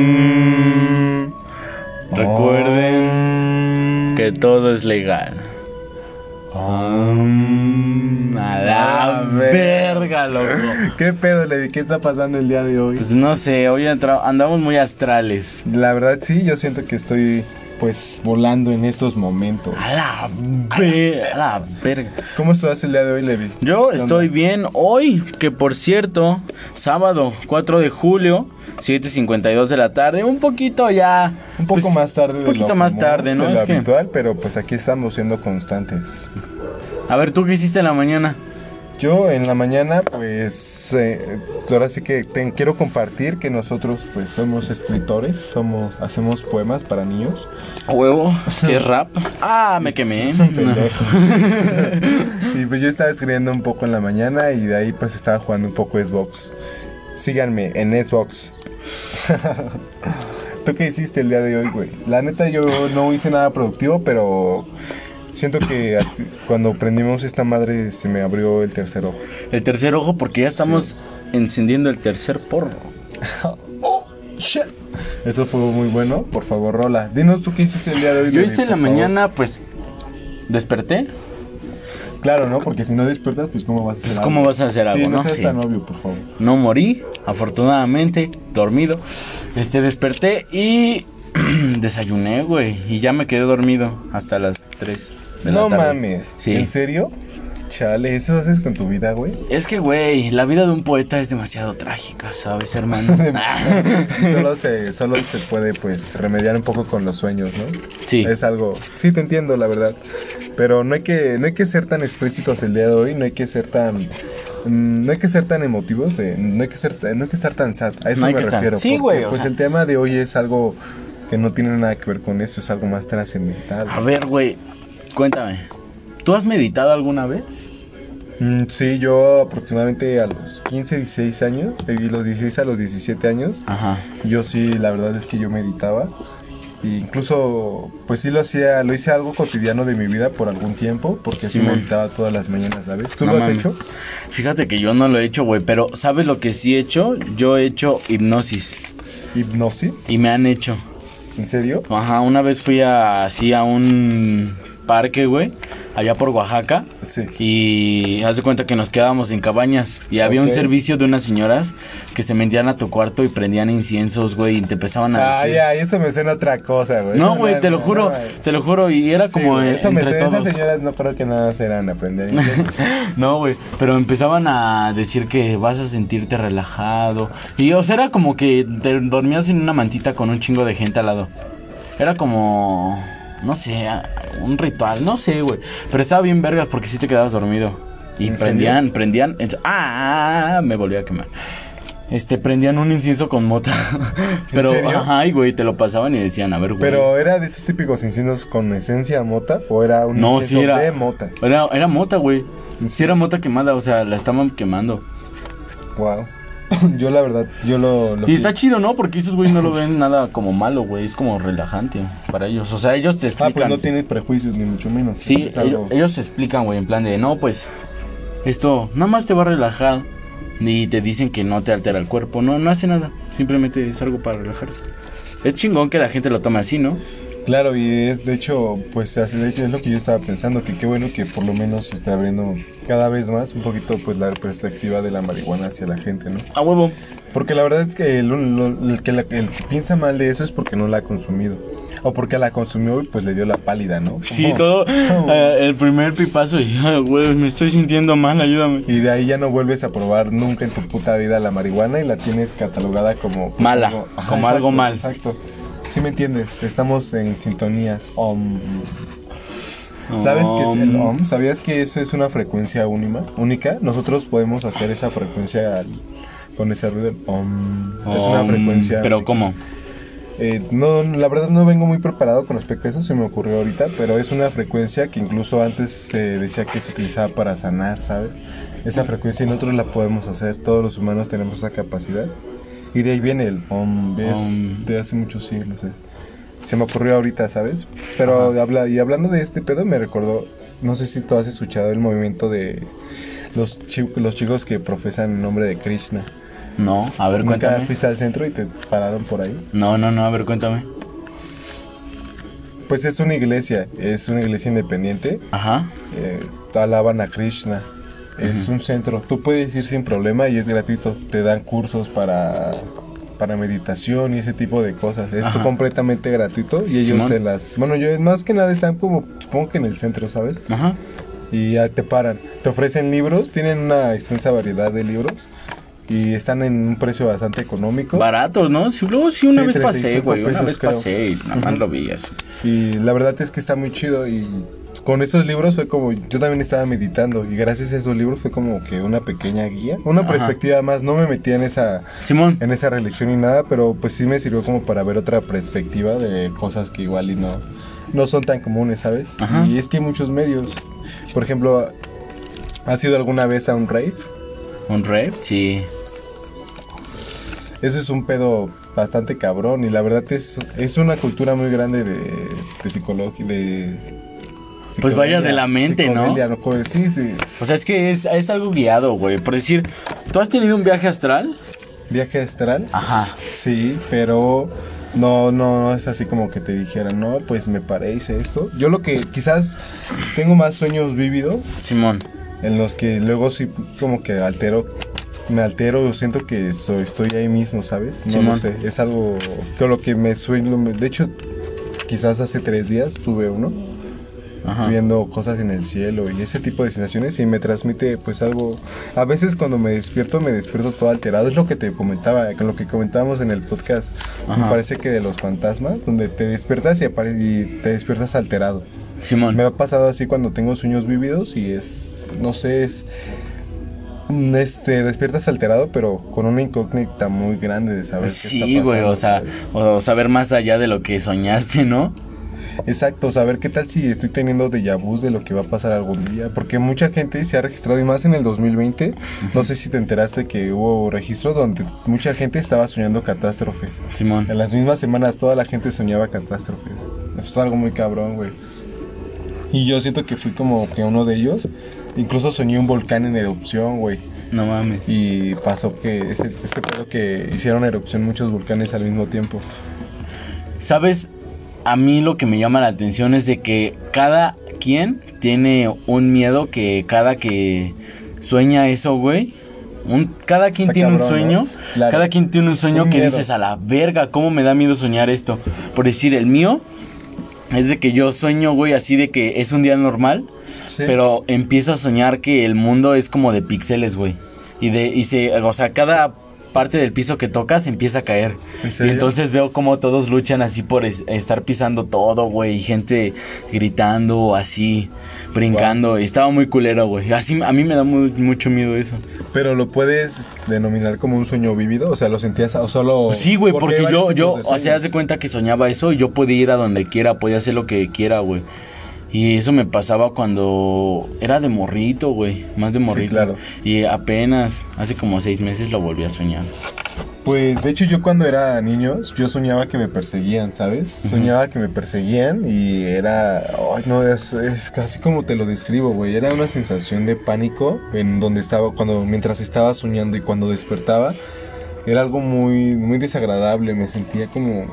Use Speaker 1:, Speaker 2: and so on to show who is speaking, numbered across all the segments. Speaker 1: Om. Recuerden que todo es legal. Om. A la
Speaker 2: Ah, ver-
Speaker 1: verga, loco.
Speaker 2: ¿Qué pedo, Levi? ¿Qué está pasando el día de hoy?
Speaker 1: Pues no sé, hoy entra- andamos muy astrales.
Speaker 2: la verdad sí, yo siento que estoy pues volando en estos momentos.
Speaker 1: A la, ver- a la verga.
Speaker 2: ¿Cómo estás el día de hoy, Levi?
Speaker 1: Yo
Speaker 2: ¿Qué onda?
Speaker 1: estoy bien hoy, que por cierto, sábado 4 de julio, 7.52 de la tarde, un poquito ya...
Speaker 2: Un poco
Speaker 1: pues,
Speaker 2: más tarde de
Speaker 1: Un poquito
Speaker 2: lo
Speaker 1: más
Speaker 2: común,
Speaker 1: tarde, ¿no?
Speaker 2: De lo
Speaker 1: Es que-
Speaker 2: habitual, pero pues aquí estamos siendo constantes.
Speaker 1: A ver, ¿tú qué hiciste en la mañana?
Speaker 2: Yo en la mañana, pues, eh, ahora sí que te quiero compartir que nosotros, pues, somos escritores, somos, hacemos poemas para niños.
Speaker 1: Huevo, qué rap. Ah, me quemé.
Speaker 2: Pendejo. y pues yo estaba escribiendo un poco en la mañana y de ahí, pues, estaba jugando un poco Xbox. Síganme en Xbox. ¿Tú qué hiciste el día de hoy, güey? La neta, yo no hice nada productivo, pero siento que a ti- cuando prendimos esta madre se me abrió el tercer ojo.
Speaker 1: El tercer ojo, porque ya estamos encendiendo el tercer porro.
Speaker 2: Shit. Eso fue muy bueno. Por favor, Rola. Dinos tú qué hiciste el día de hoy.
Speaker 1: Yo
Speaker 2: David,
Speaker 1: hice en la
Speaker 2: por favor.
Speaker 1: mañana, pues, desperté.
Speaker 2: Claro, ¿no? Porque si no despiertas, pues ¿cómo vas a hacer
Speaker 1: Pues,
Speaker 2: algo?
Speaker 1: ¿cómo vas a hacer algo,
Speaker 2: Sí, no
Speaker 1: no?
Speaker 2: seas
Speaker 1: Sí.
Speaker 2: tan obvio, por favor.
Speaker 1: No morí, afortunadamente, dormido. Este, desperté y desayuné, güey. Y ya me quedé dormido hasta las 3 de la
Speaker 2: No
Speaker 1: tarde.
Speaker 2: mames.
Speaker 1: Sí.
Speaker 2: ¿En serio? Chale, ¿eso haces con tu vida, güey?
Speaker 1: Es que, güey, la vida de un poeta es demasiado trágica, ¿sabes, hermano?
Speaker 2: solo, se, solo se puede, pues, remediar un poco con los sueños, ¿no?
Speaker 1: Sí.
Speaker 2: Es algo... Sí, te entiendo, la verdad. Pero no hay que, no hay que ser tan explícitos el día de hoy. No hay que ser tan... mm, No hay que ser tan emotivos, de- no, hay que ser, no hay que estar tan sad. A eso
Speaker 1: No hay
Speaker 2: me
Speaker 1: que estar-
Speaker 2: refiero.
Speaker 1: sí,
Speaker 2: porque,
Speaker 1: güey, o
Speaker 2: Pues
Speaker 1: sea.
Speaker 2: el tema de hoy es algo que no tiene nada que ver con eso, es algo más trascendental.
Speaker 1: A ver, güey, cuéntame. ¿Tú has meditado alguna vez?
Speaker 2: Mm, Sí, yo aproximadamente a los 15, 16 años, de los 16 a los 17 años,
Speaker 1: Ajá.
Speaker 2: yo sí, la verdad es que yo meditaba. E incluso, pues sí lo hacía, lo hice algo cotidiano de mi vida por algún tiempo, porque sí,
Speaker 1: Sí, man.
Speaker 2: meditaba todas las mañanas, ¿sabes? ¿Tú
Speaker 1: No
Speaker 2: lo has
Speaker 1: mames.
Speaker 2: hecho?
Speaker 1: Fíjate que yo no lo he hecho, güey, pero ¿sabes lo que sí he hecho? Yo he hecho hipnosis
Speaker 2: ¿Hipnosis?
Speaker 1: y me han hecho.
Speaker 2: ¿En serio?
Speaker 1: Ajá, una vez fui a- así a un parque, güey, allá por Oaxaca.
Speaker 2: Sí.
Speaker 1: Y haz de cuenta que nos quedábamos en cabañas. Y había un
Speaker 2: Ok.
Speaker 1: servicio de unas señoras que se metían a tu cuarto y prendían inciensos, güey, y te empezaban a
Speaker 2: Ay,
Speaker 1: decir.
Speaker 2: ay, eso me suena a otra cosa, güey.
Speaker 1: No,
Speaker 2: Eso
Speaker 1: güey,
Speaker 2: no-
Speaker 1: te lo
Speaker 2: no,
Speaker 1: juro,
Speaker 2: no, güey.
Speaker 1: te lo juro. Y era
Speaker 2: Sí,
Speaker 1: como
Speaker 2: güey,
Speaker 1: eh,
Speaker 2: eso me
Speaker 1: entre
Speaker 2: suena-
Speaker 1: todos.
Speaker 2: Esas señoras no creo que nada serán aprender.
Speaker 1: No, güey, pero empezaban a decir que vas a sentirte relajado. Y, o sea, era como que te dormías en una mantita con un chingo de gente al lado. Era como, no sé, a- un ritual, no sé, güey. Pero estaba bien vergas porque sí te quedabas dormido. Y
Speaker 2: ¿En serio?
Speaker 1: prendían, prendían. ent- ¡Ah! Me volví a quemar. Este, prendían un incienso con mota. Pero,
Speaker 2: serio?
Speaker 1: ajá, y, güey, te lo pasaban y decían, a ver, güey.
Speaker 2: Pero era de esos típicos inciensos con esencia mota o era un
Speaker 1: No,
Speaker 2: incienso
Speaker 1: sí era.
Speaker 2: de mota.
Speaker 1: Era, era mota, güey.
Speaker 2: Sí.
Speaker 1: Sí, era mota quemada, o sea, la estaban quemando.
Speaker 2: Wow. Yo la verdad, yo lo, Ah, lo
Speaker 1: Y está chido, ¿no? Porque esos güeyes no lo ven nada como malo, güey. Es como relajante para ellos. O sea, ellos te
Speaker 2: Ah,
Speaker 1: explican.
Speaker 2: pues no tiene prejuicios ni mucho menos.
Speaker 1: Sí,
Speaker 2: Es
Speaker 1: ellos,
Speaker 2: algo-
Speaker 1: ellos te explican, güey, en plan de, no, pues, esto nada más te va a relajar. Y te dicen que no te altera el cuerpo. No, no hace nada. Simplemente es algo para relajarte. Es chingón que la gente lo tome así, ¿no?
Speaker 2: Claro, y es, de hecho, pues hace- de hecho es lo que yo estaba pensando, que qué bueno que por lo menos se está abriendo cada vez más un poquito pues la perspectiva de la marihuana hacia la gente, ¿no?
Speaker 1: A huevo.
Speaker 2: Porque la verdad es que el, lo- el que la- el que piensa mal de eso es porque no la ha consumido. O porque la consumió y pues le dio la pálida, ¿no?
Speaker 1: Sí,
Speaker 2: Como-
Speaker 1: todo.
Speaker 2: como-
Speaker 1: eh, el primer pipazo y, "Ay, güey, me estoy sintiendo mal, ayúdame.
Speaker 2: Y de ahí ya no vuelves a probar nunca en tu puta vida la marihuana y la tienes catalogada como...
Speaker 1: Mala, como algo
Speaker 2: exacto,
Speaker 1: mal.
Speaker 2: Exacto. Sí me entiendes, estamos en sintonías. Om. ¿Sabes qué es el om? ¿Sabías que eso es una frecuencia única? única? Nosotros podemos hacer esa frecuencia al- con ese ruido. el Om. Es una
Speaker 1: Um,
Speaker 2: frecuencia...
Speaker 1: Pero,
Speaker 2: única.
Speaker 1: ¿cómo?
Speaker 2: Eh, no, la verdad no vengo muy preparado con respecto a eso, se me ocurrió ahorita, pero es una frecuencia que incluso antes se decía que se utilizaba para sanar, ¿sabes? Esa frecuencia nosotros la podemos hacer, todos los humanos tenemos esa capacidad. Y de ahí viene el om, es
Speaker 1: Om.
Speaker 2: de hace muchos siglos. eh. Se me ocurrió ahorita, ¿sabes? Pero habla, y hablando de este pedo me recordó, no sé si tú has escuchado el movimiento de los, chi- los chicos que profesan el nombre de Krishna.
Speaker 1: No, a ver,
Speaker 2: ¿Nunca
Speaker 1: cuéntame.
Speaker 2: fuiste al centro y te pararon por ahí?
Speaker 1: No, no, no, a ver, cuéntame.
Speaker 2: Pues es una iglesia, es una iglesia independiente.
Speaker 1: Ajá.
Speaker 2: eh, alaban a Krishna. Es un centro, tú puedes ir sin problema y es gratuito. Te dan cursos para, para meditación y ese tipo de cosas. Esto
Speaker 1: Ajá.
Speaker 2: completamente gratuito y ellos
Speaker 1: Simón.
Speaker 2: te las... Bueno, yo más que nada están como, supongo que en el centro, ¿sabes?
Speaker 1: Ajá.
Speaker 2: Y ya te paran. Te ofrecen libros, tienen una extensa variedad de libros y están en un precio bastante económico.
Speaker 1: Baratos, ¿no? Sí, luego sí, una
Speaker 2: Sí,
Speaker 1: vez pasé,
Speaker 2: 35
Speaker 1: güey. Una
Speaker 2: pesos,
Speaker 1: vez
Speaker 2: creo.
Speaker 1: pasé y nada más lo vi así.
Speaker 2: Y la verdad es que está muy chido y con esos libros fue como, yo también estaba meditando y gracias a esos libros fue como que una pequeña guía, una
Speaker 1: Ajá.
Speaker 2: perspectiva más, no me metía en esa,
Speaker 1: Simón,
Speaker 2: en esa religión ni nada, pero pues sí me sirvió como para ver otra perspectiva de cosas que igual y no, no son tan comunes, ¿sabes?
Speaker 1: Ajá.
Speaker 2: Y es que hay muchos medios, por ejemplo, ¿has ido alguna vez a un rave?
Speaker 1: ¿un rap? Sí.
Speaker 2: Eso es un pedo bastante cabrón y la verdad es, es una cultura muy grande de, de psicología, de...
Speaker 1: Pues vaya de la
Speaker 2: psicodelia-
Speaker 1: mente, ¿no?
Speaker 2: psicodelia, Pues Sí, sí.
Speaker 1: O sea, es que es, es algo guiado, güey. Por decir, ¿tú has tenido un viaje astral?
Speaker 2: Viaje astral,
Speaker 1: Ajá.
Speaker 2: sí, pero no, no es así como que te dijeran, no, pues me paré, hice esto. Yo lo que quizás tengo más sueños vívidos
Speaker 1: Simón.
Speaker 2: en los que luego sí como que altero, me altero, yo siento que so- estoy ahí mismo, ¿sabes? No lo
Speaker 1: Simón.
Speaker 2: sé, es algo con lo que me sueño, me- de hecho quizás hace tres días tuve uno
Speaker 1: Ajá.
Speaker 2: viendo cosas en el cielo y ese tipo de sensaciones y me transmite pues algo, a veces cuando me despierto me despierto todo alterado, es lo que te comentaba, con lo que comentábamos en el podcast,
Speaker 1: Ajá.
Speaker 2: me parece que de los fantasmas, donde te despiertas y, apare- y te despiertas alterado.
Speaker 1: Simón.
Speaker 2: Me ha pasado así cuando tengo sueños vívidos y es, no sé, es, mm, este, despiertas alterado, pero con una incógnita muy grande de saber qué está
Speaker 1: Sí, güey,
Speaker 2: pasando,
Speaker 1: o sea,
Speaker 2: ¿sabes?
Speaker 1: o saber más allá de lo que soñaste, ¿no?
Speaker 2: Exacto, saber qué tal si estoy teniendo déjà vu de lo que va a pasar algún día, porque mucha gente se ha registrado, y más en el 2020, no sé si te enteraste que hubo registros donde mucha gente estaba soñando catástrofes.
Speaker 1: Simón.
Speaker 2: En las mismas semanas toda la gente soñaba catástrofes. Eso es algo muy cabrón, güey. Y yo siento que fui como que uno de ellos. Incluso soñé un volcán en erupción, güey.
Speaker 1: No mames.
Speaker 2: Y pasó que este, este pedo que hicieron erupción muchos volcanes al mismo tiempo.
Speaker 1: ¿Sabes? A mí lo que me llama la atención es de que cada quien tiene un miedo que cada que sueña eso, güey. Un, cada quien
Speaker 2: Está
Speaker 1: tiene un
Speaker 2: cabrón,
Speaker 1: sueño.
Speaker 2: ¿no? Claro.
Speaker 1: Cada quien tiene un sueño
Speaker 2: Un
Speaker 1: que
Speaker 2: miedo.
Speaker 1: dices a la verga, ¿cómo me da miedo soñar esto? Por decir, el mío es de que yo sueño, güey, así de que es un día normal.
Speaker 2: Sí.
Speaker 1: Pero empiezo a soñar que el mundo es como de píxeles, güey. Y de, y se, o sea, cada parte del piso que tocas empieza a caer.
Speaker 2: ¿En
Speaker 1: y
Speaker 2: serio?
Speaker 1: entonces veo como todos luchan así por es- estar pisando todo, güey. Y gente gritando, así, brincando. Y estaba muy culero, güey. Así, a mí me da muy- mucho miedo eso.
Speaker 2: Pero lo puedes denominar como un sueño vívido, o sea, lo sentías o solo.
Speaker 1: Pues sí, güey, porque,
Speaker 2: hay varios
Speaker 1: yo, yo,
Speaker 2: tipos
Speaker 1: o
Speaker 2: de
Speaker 1: sea, haz de
Speaker 2: sueños.
Speaker 1: cuenta que soñaba eso y yo podía ir a donde quiera, podía hacer lo que quiera, güey. Y eso me pasaba cuando era de morrito, güey, más de morrito.
Speaker 2: claro.
Speaker 1: Y apenas, hace como seis meses lo volví a soñar.
Speaker 2: Pues de hecho yo cuando era niños yo soñaba que me perseguían, ¿sabes? Soñaba que me perseguían y era, ay no, es, es casi como te lo describo, güey, era una sensación de pánico en donde estaba cuando mientras estaba soñando y cuando despertaba era algo muy muy desagradable, me sentía como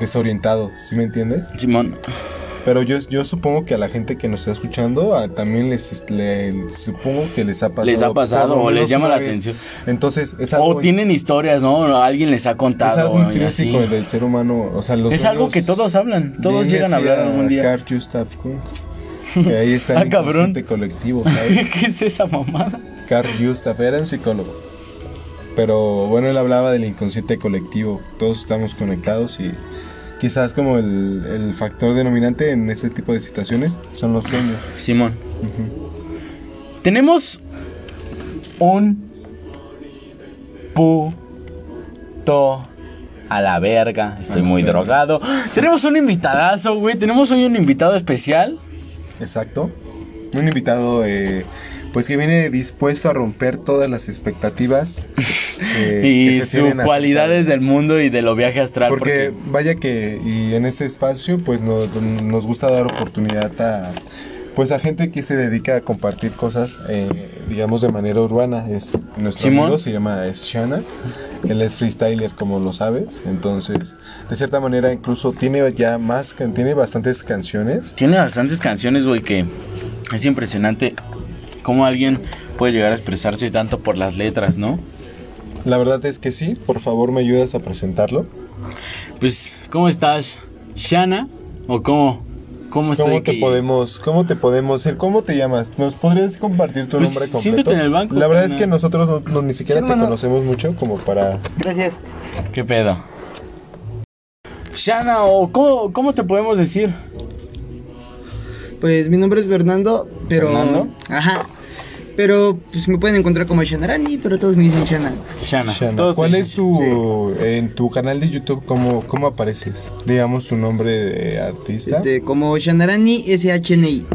Speaker 2: desorientado, ¿sí me entiendes?
Speaker 1: Simón,
Speaker 2: Pero yo, yo supongo que a la gente que nos está escuchando a- también les le- supongo que les ha pasado.
Speaker 1: Les ha pasado,
Speaker 2: por lo
Speaker 1: o les
Speaker 2: menos
Speaker 1: llama
Speaker 2: una
Speaker 1: la atención.
Speaker 2: Entonces, es
Speaker 1: o
Speaker 2: algo,
Speaker 1: tienen historias, ¿no? Alguien les ha
Speaker 2: es
Speaker 1: contado.
Speaker 2: algo
Speaker 1: ¿no? Y
Speaker 2: intrínseco
Speaker 1: así.
Speaker 2: del ser humano. O sea, los
Speaker 1: Es algo
Speaker 2: sueños-
Speaker 1: que todos hablan, todos
Speaker 2: Bien
Speaker 1: llegan a
Speaker 2: decía
Speaker 1: hablar algún día.
Speaker 2: Carl Gustav Jung, que ahí está
Speaker 1: Ah,
Speaker 2: el
Speaker 1: cabrón.
Speaker 2: inconsciente colectivo. ¿sabes?
Speaker 1: ¿Qué es esa mamada?
Speaker 2: Carl Gustav era un psicólogo. Pero bueno, él hablaba del inconsciente colectivo. Todos estamos conectados y quizás como el, el factor denominante en este tipo de situaciones son los sueños.
Speaker 1: Simón. Tenemos un puto a la verga. Estoy muy
Speaker 2: verga.
Speaker 1: drogado. Tenemos un invitadazo, güey. Tenemos hoy un invitado especial.
Speaker 2: Exacto. Un invitado, eh, pues que viene dispuesto a romper todas las expectativas eh,
Speaker 1: y
Speaker 2: que se
Speaker 1: sus
Speaker 2: tienen a-
Speaker 1: cualidades del mundo y de lo viaje astral.
Speaker 2: Porque
Speaker 1: Porque,
Speaker 2: vaya que, y en este espacio, pues no- nos gusta dar oportunidad a pues a gente que se dedica a compartir cosas, eh, digamos, de manera urbana. Es, nuestro
Speaker 1: Simón.
Speaker 2: amigo se llama es Shana. Él es freestyler, como lo sabes. Entonces, de cierta manera, incluso tiene ya más, can- tiene bastantes canciones.
Speaker 1: Tiene bastantes canciones, güey, que es impresionante cómo alguien puede llegar a expresarse tanto por las letras, ¿no?
Speaker 2: La verdad es que sí. Por favor, me ayudas a presentarlo.
Speaker 1: Pues, ¿cómo estás, Shana? ¿O cómo? ¿Cómo estoy
Speaker 2: ¿Cómo te
Speaker 1: aquí?
Speaker 2: podemos, cómo te podemos ir? ¿Cómo te llamas? ¿Nos podrías compartir tu
Speaker 1: Pues,
Speaker 2: nombre completo?
Speaker 1: siéntate en el banco,
Speaker 2: La verdad es
Speaker 1: carnal.
Speaker 2: que nosotros no- no- ni siquiera te
Speaker 3: Hermano.
Speaker 2: conocemos mucho como para
Speaker 3: Gracias.
Speaker 1: ¿Qué pedo? Shana, ¿o cómo, cómo te podemos decir?
Speaker 3: Pues mi nombre es Fernando, pero.
Speaker 1: ¿Fernando?
Speaker 3: Ajá. Pero pues me pueden encontrar como Shanarani, pero todos me dicen Shana.
Speaker 1: Shana.
Speaker 2: Shana.
Speaker 1: Todos
Speaker 2: ¿Cuál
Speaker 1: dicen-
Speaker 2: es tu en tu canal de YouTube cómo cómo apareces? Digamos tu nombre de artista.
Speaker 3: Este, como Shanarani SHNI.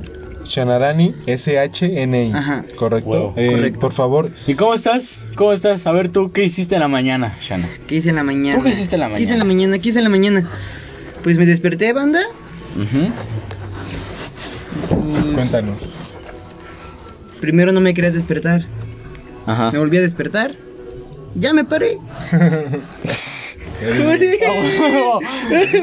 Speaker 2: Shanarani SHNI.
Speaker 3: Ajá.
Speaker 2: Correcto.
Speaker 1: Wow.
Speaker 2: Eh,
Speaker 3: Correcto.
Speaker 2: Por favor,
Speaker 1: ¿Y cómo estás? ¿Cómo estás? A ver, tú, ¿qué hiciste en la mañana, Shana?
Speaker 3: ¿Qué hice en la mañana?
Speaker 1: ¿Tú qué hiciste en la
Speaker 3: ¿Qué hice en la
Speaker 1: mañana?
Speaker 3: mañana? ¿Qué hice en la mañana? Pues me desperté, banda.
Speaker 1: Ujú.
Speaker 2: cuéntanos.
Speaker 3: Primero no me quería despertar.
Speaker 1: Ajá.
Speaker 3: Me volví a despertar. Ya me paré. Me
Speaker 2: Eh,
Speaker 3: paré.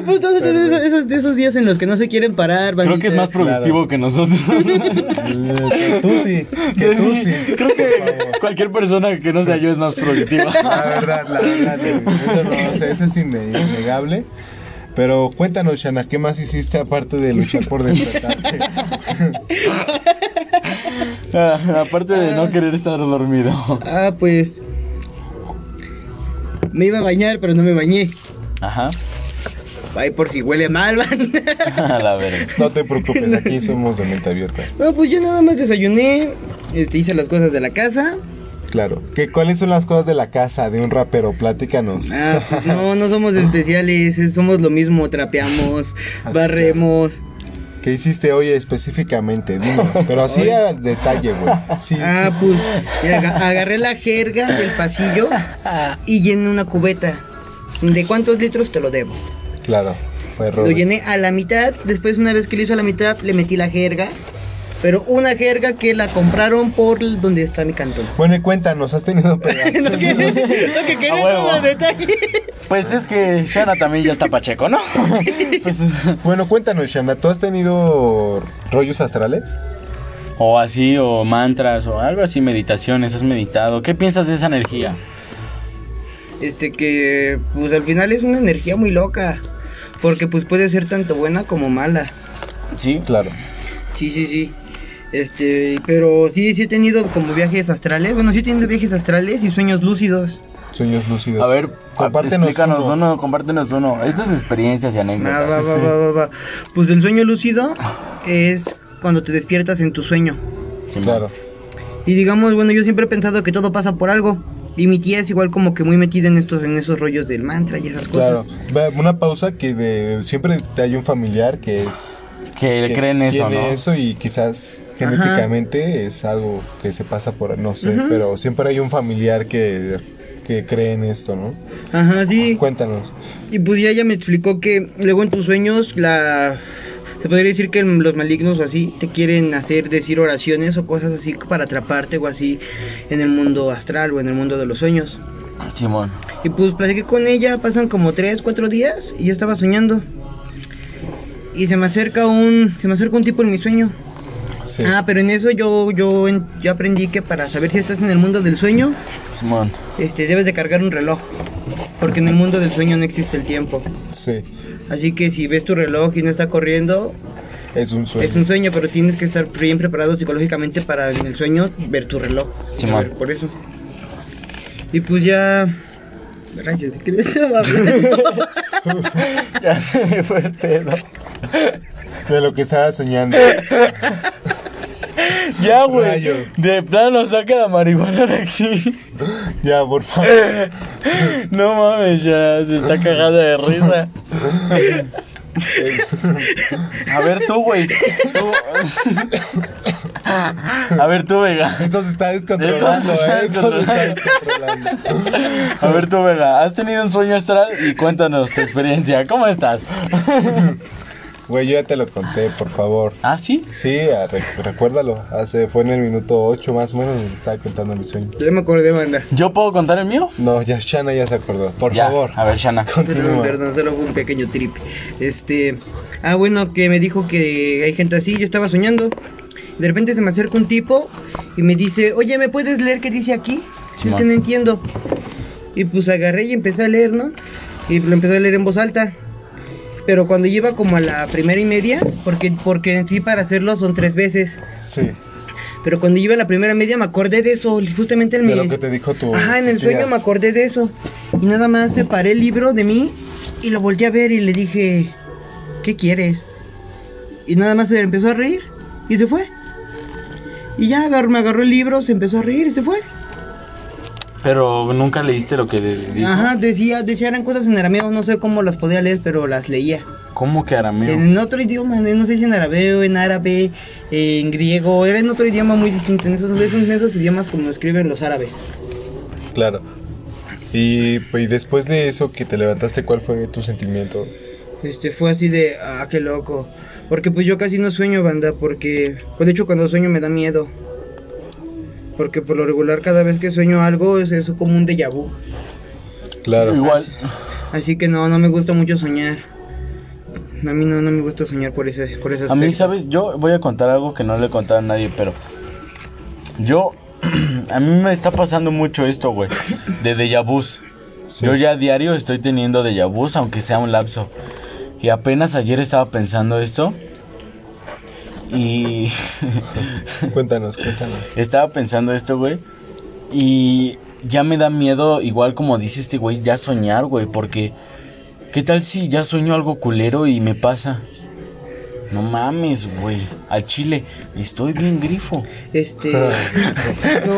Speaker 3: Pues todos esos, esos- esos días en los que no se quieren parar,
Speaker 1: Creo que es más
Speaker 3: bandita.
Speaker 1: productivo que nosotros.
Speaker 2: Que tú sí, que tú sí.
Speaker 1: Creo
Speaker 2: Por
Speaker 1: que
Speaker 2: favor.
Speaker 1: cualquier persona que no sea yo es más productiva.
Speaker 2: La verdad, la verdad, eso, no, o sea, eso es inde- innegable. Pero cuéntanos, Shana, ¿qué más hiciste aparte de luchar por despertarte?
Speaker 1: Ah, Aparte de no querer estar dormido.
Speaker 3: Ah, pues. Me iba a bañar, pero no me bañé.
Speaker 1: Ajá.
Speaker 3: Ay, por si huele mal, banda.
Speaker 1: A la verga.
Speaker 2: No te preocupes, aquí somos de mente abierta.
Speaker 3: No, pues yo nada más desayuné. Este, hice las cosas de la casa.
Speaker 2: Claro. ¿Qué, ¿Cuáles son las cosas de la casa de un rapero? Platícanos.
Speaker 3: Ah, pues no, no somos especiales. eh, Somos lo mismo. Trapeamos, barremos.
Speaker 2: ¿Qué hiciste hoy específicamente? Dime. Pero así a detalle, güey. Sí,
Speaker 3: Ah,
Speaker 2: sí, sí.
Speaker 3: pues mira, aga- agarré la jerga del pasillo y llené una cubeta. ¿De cuántos litros te lo debo?
Speaker 2: Claro. Fue
Speaker 3: Lo
Speaker 2: error.
Speaker 3: llené a la mitad. Después, una vez que lo hizo a la mitad, le metí la jerga. Pero una jerga que la compraron por donde está mi cantón.
Speaker 2: Bueno, y cuéntanos, ¿has tenido pedazos?
Speaker 3: lo que, lo que
Speaker 1: A
Speaker 3: quería
Speaker 1: huevo.
Speaker 3: son los detalles.
Speaker 1: Pues es que Shana también ya está pacheco, ¿no? Pues,
Speaker 2: Bueno, cuéntanos, Shana, ¿tú has tenido rollos astrales?
Speaker 1: o así, o mantras, o algo así, meditaciones, has meditado. ¿Qué piensas de esa energía?
Speaker 3: Este que, pues al final es una energía muy loca. Porque pues puede ser tanto buena como mala.
Speaker 1: Sí.
Speaker 2: Claro.
Speaker 3: Sí, sí, sí. Este, pero sí, sí he tenido como viajes astrales. Bueno, sí he tenido viajes astrales y sueños lúcidos.
Speaker 2: Sueños lúcidos.
Speaker 1: A ver,
Speaker 2: compártenos
Speaker 1: explícanos
Speaker 2: uno.
Speaker 1: uno. compártenos uno. Estas experiencias y
Speaker 3: Ah,
Speaker 1: anécdotas.
Speaker 3: va, va, va, va, va. Pues el sueño lúcido es cuando te despiertas en tu sueño.
Speaker 1: Sí,
Speaker 2: Claro.
Speaker 3: Y digamos, bueno, yo siempre he pensado que todo pasa por algo. Y mi tía es igual como que muy metida en estos, en esos rollos del mantra y esas
Speaker 2: Claro,
Speaker 3: cosas.
Speaker 2: Va, una pausa que de, siempre te hay un familiar que es
Speaker 1: Que,
Speaker 2: que
Speaker 1: creen eso,
Speaker 2: tiene
Speaker 1: ¿no?
Speaker 2: eso y quizás genéticamente es algo que se pasa por no sé, pero siempre hay un familiar que, que cree en esto, ¿no?
Speaker 3: Ajá, sí.
Speaker 2: Cuéntanos.
Speaker 3: Y pues ya, ya me explicó que luego en tus sueños la... Se podría decir que los malignos o así te quieren hacer decir oraciones o cosas así para atraparte o así en el mundo astral o en el mundo de los sueños.
Speaker 1: Simón.
Speaker 3: Y pues platiqué con ella, pasan como 3, 4 días y yo estaba soñando. Y se me acerca un se me acerca un tipo en mi sueño.
Speaker 2: Sí.
Speaker 3: Ah, pero en eso yo yo en- yo aprendí que para saber si estás en el mundo del sueño,
Speaker 1: Simón.
Speaker 3: este debes de cargar un reloj, porque en el mundo del sueño no existe el tiempo.
Speaker 2: sí,
Speaker 3: Así que si ves tu reloj y no está corriendo,
Speaker 2: es un sueño.
Speaker 3: es un sueño, pero tienes que estar bien preparado psicológicamente para en el sueño ver tu reloj.
Speaker 1: Sí,
Speaker 3: Saber
Speaker 1: man.
Speaker 3: por eso. Y pues ya. Rayos, ¿de qué les estaba hablando?
Speaker 1: Ya se me fue el pedo.
Speaker 2: De lo que estaba soñando.
Speaker 1: Ya, güey.
Speaker 2: Rayo.
Speaker 1: De plano saca la marihuana de aquí.
Speaker 2: ya, por favor.
Speaker 1: No mames, ya se está cagada de risa. A ver tú, güey. Tú- A ver tú, Vega.
Speaker 2: Esto se está descontrolando,
Speaker 1: Esto se está
Speaker 2: ¿eh? Esto se está
Speaker 1: descontrolando.
Speaker 2: descontrolando.
Speaker 1: A ver tú, Vega. ¿Has tenido un sueño astral? Y cuéntanos tu experiencia. ¿Cómo estás?
Speaker 2: Güey, yo ya te lo conté, por favor.
Speaker 1: ¿Ah, sí?
Speaker 2: Sí, a- re- recuérdalo. Hace, fue en el minuto 8 más o menos donde estaba contando mi sueño.
Speaker 3: Yo ya me acordé, banda.
Speaker 1: ¿Yo puedo contar el mío?
Speaker 2: No, ya Shana ya se acordó. Por
Speaker 1: Ya, Ah.
Speaker 2: favor.
Speaker 1: A ver, Shana.
Speaker 2: Continúa.
Speaker 3: Perdón, perdón, solo fue un pequeño trip. Este. Ah, bueno, que me dijo que hay gente así. Yo estaba soñando. De repente se me acerca un tipo y me dice: Oye, ¿me puedes leer qué dice aquí? Es
Speaker 1: Simón.
Speaker 3: que no entiendo. Y pues agarré y empecé a leer, ¿no? Y lo empecé a leer en voz alta. Pero cuando lleva como a la primera y media, porque, porque en sí para hacerlo son tres veces.
Speaker 2: Sí.
Speaker 3: Pero cuando iba a la primera media me acordé de eso, justamente en
Speaker 2: De
Speaker 3: mi-
Speaker 2: lo que te dijo tu.
Speaker 3: Ajá, en el
Speaker 2: tu
Speaker 3: sueño
Speaker 2: tía.
Speaker 3: me acordé de eso. Y nada más separé el libro de mí y lo volteé a ver y le dije, ¿qué quieres? Y nada más se empezó a reír y se fue. Y ya agarró- me agarró el libro, se empezó a reír y se fue.
Speaker 1: Pero nunca leíste lo que de- dijo.
Speaker 3: Ajá, decía, decía eran cosas en arameo, no sé cómo las podía leer, pero las leía.
Speaker 1: ¿Cómo que arameo?
Speaker 3: En otro idioma, no sé si en arameo, en árabe, en griego, era en otro idioma muy distinto, en esos, en esos idiomas como escriben los árabes.
Speaker 2: Claro. Y, pues, y después de eso que te levantaste, ¿cuál fue tu sentimiento?
Speaker 3: Este, fue así de, ah, qué loco. Porque pues yo casi no sueño, banda, porque... Pues de hecho cuando sueño me da miedo. Porque por lo regular cada vez que sueño algo es eso como un déjà vu.
Speaker 2: Claro.
Speaker 1: Igual.
Speaker 3: Así que no, no me gusta mucho soñar. A mí no, no me gusta soñar por ese, por ese
Speaker 1: A mí,
Speaker 3: aspecto.
Speaker 1: ¿sabes? Yo voy a contar algo que no le he contado a nadie, pero. Yo. a mí me está pasando mucho esto, güey. De déjà vus.
Speaker 2: Sí.
Speaker 1: Yo ya a diario estoy teniendo déjà vus, aunque sea un lapso. Y apenas ayer estaba pensando esto. Y.
Speaker 2: Cuéntanos, cuéntanos.
Speaker 1: Estaba pensando esto, güey. Y ya me da miedo, igual como dice este güey, ya soñar, güey. Porque, ¿qué tal si ya sueño algo culero y me pasa? No mames, güey. Al chile, estoy bien grifo.
Speaker 3: Este... no,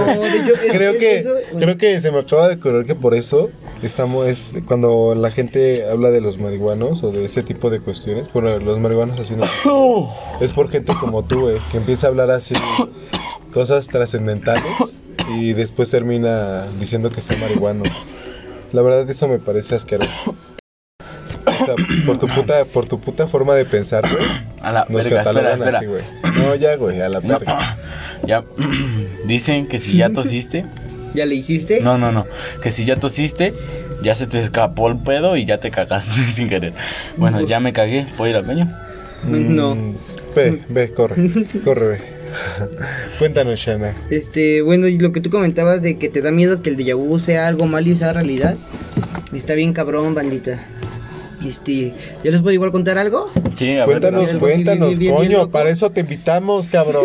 Speaker 3: de hecho... es-
Speaker 2: creo
Speaker 3: es-
Speaker 2: que
Speaker 3: eso-
Speaker 2: creo que se me acaba de ocurrir que por eso estamos es cuando la gente habla de los marihuanos o de ese tipo de cuestiones bueno los marihuanos así no es por gente como tú güey, que empieza a hablar así cosas trascendentales y después termina diciendo que está marihuano la verdad eso me parece asqueroso O sea, por tu puta por tu puta forma de pensar güey,
Speaker 1: A la
Speaker 2: nos
Speaker 1: verga, espera,
Speaker 2: catalogan
Speaker 1: espera.
Speaker 2: así güey no ya güey a la
Speaker 1: No,
Speaker 2: verga
Speaker 1: ya, dicen que si ya tosiste.
Speaker 3: ¿Ya le hiciste?
Speaker 1: No, no, no. Que si ya tosiste, ya se te escapó el pedo y ya te cagaste sin querer. Bueno, ya me cagué. ¿Puedo ir al baño?
Speaker 3: No.
Speaker 2: Mm, Ve, ve, corre, corre, ve. Cuéntanos, Shana.
Speaker 3: Este, bueno, y lo que tú comentabas de que te da miedo que el déjà vu sea algo mal y sea realidad, está bien cabrón, bandita. Este, ¿yo les puedo igual contar algo?
Speaker 1: Sí, a ver.
Speaker 2: Cuéntanos,
Speaker 3: algo
Speaker 2: cuéntanos,
Speaker 3: así bien, bien, bien
Speaker 2: coño,
Speaker 3: loco.
Speaker 2: para eso te invitamos, cabrón.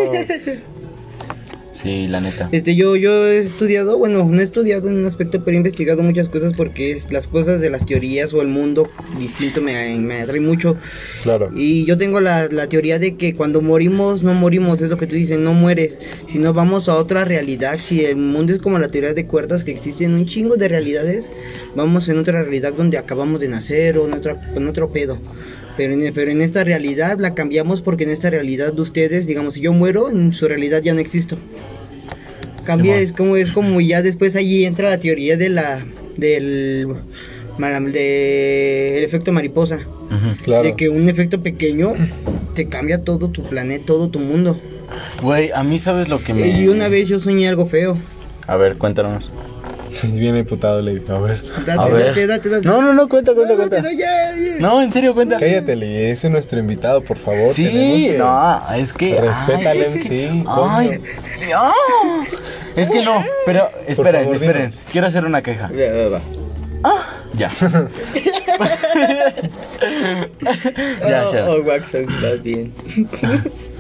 Speaker 1: Sí, la neta.
Speaker 3: Este, yo, yo he estudiado, bueno, no he estudiado en un aspecto, pero he investigado muchas cosas porque es, las cosas de las teorías o el mundo distinto me, me atrae mucho.
Speaker 2: Claro,
Speaker 3: Y yo tengo la, la teoría de que cuando morimos, no morimos, es lo que tú dices, no mueres, sino vamos a otra realidad. Si el mundo es como la teoría de cuerdas, que existen un chingo de realidades, vamos en otra realidad donde acabamos de nacer o en, otra, en otro pedo. Pero en, pero en esta realidad la cambiamos porque en esta realidad de ustedes, digamos, si yo muero, en su realidad ya no existo. Cambia,
Speaker 1: Simón.
Speaker 3: es como, es como ya después allí entra la teoría de la, del, del efecto mariposa.
Speaker 1: Ujú.
Speaker 2: claro.
Speaker 3: De que un efecto pequeño te cambia todo tu planeta, todo tu mundo.
Speaker 1: Güey, a mí sabes lo que me...
Speaker 3: Y una vez yo soñé algo feo.
Speaker 1: A ver, cuéntanos.
Speaker 2: Bien emputado, Levi. A ver.
Speaker 3: Date,
Speaker 1: A ver.
Speaker 3: date, date, date.
Speaker 1: No, no, no, cuenta, cuenta,
Speaker 3: No, no,
Speaker 1: cuenta.
Speaker 3: no, ya, ya.
Speaker 1: No, en serio, cuenta.
Speaker 2: Cállate, Levi. Ese es nuestro invitado, por favor. tenemos
Speaker 1: Sí,
Speaker 2: que-
Speaker 1: no, es que...
Speaker 2: Respétale,
Speaker 1: ay, es que-
Speaker 2: sí,
Speaker 1: Ay, ah, es que no, pero esperen,
Speaker 2: favor,
Speaker 1: esperen.
Speaker 2: dinos.
Speaker 1: Quiero hacer una queja.
Speaker 3: Va, va, va.
Speaker 1: Ya. ya, ya.
Speaker 3: Oh, oh, Watson, estás bien.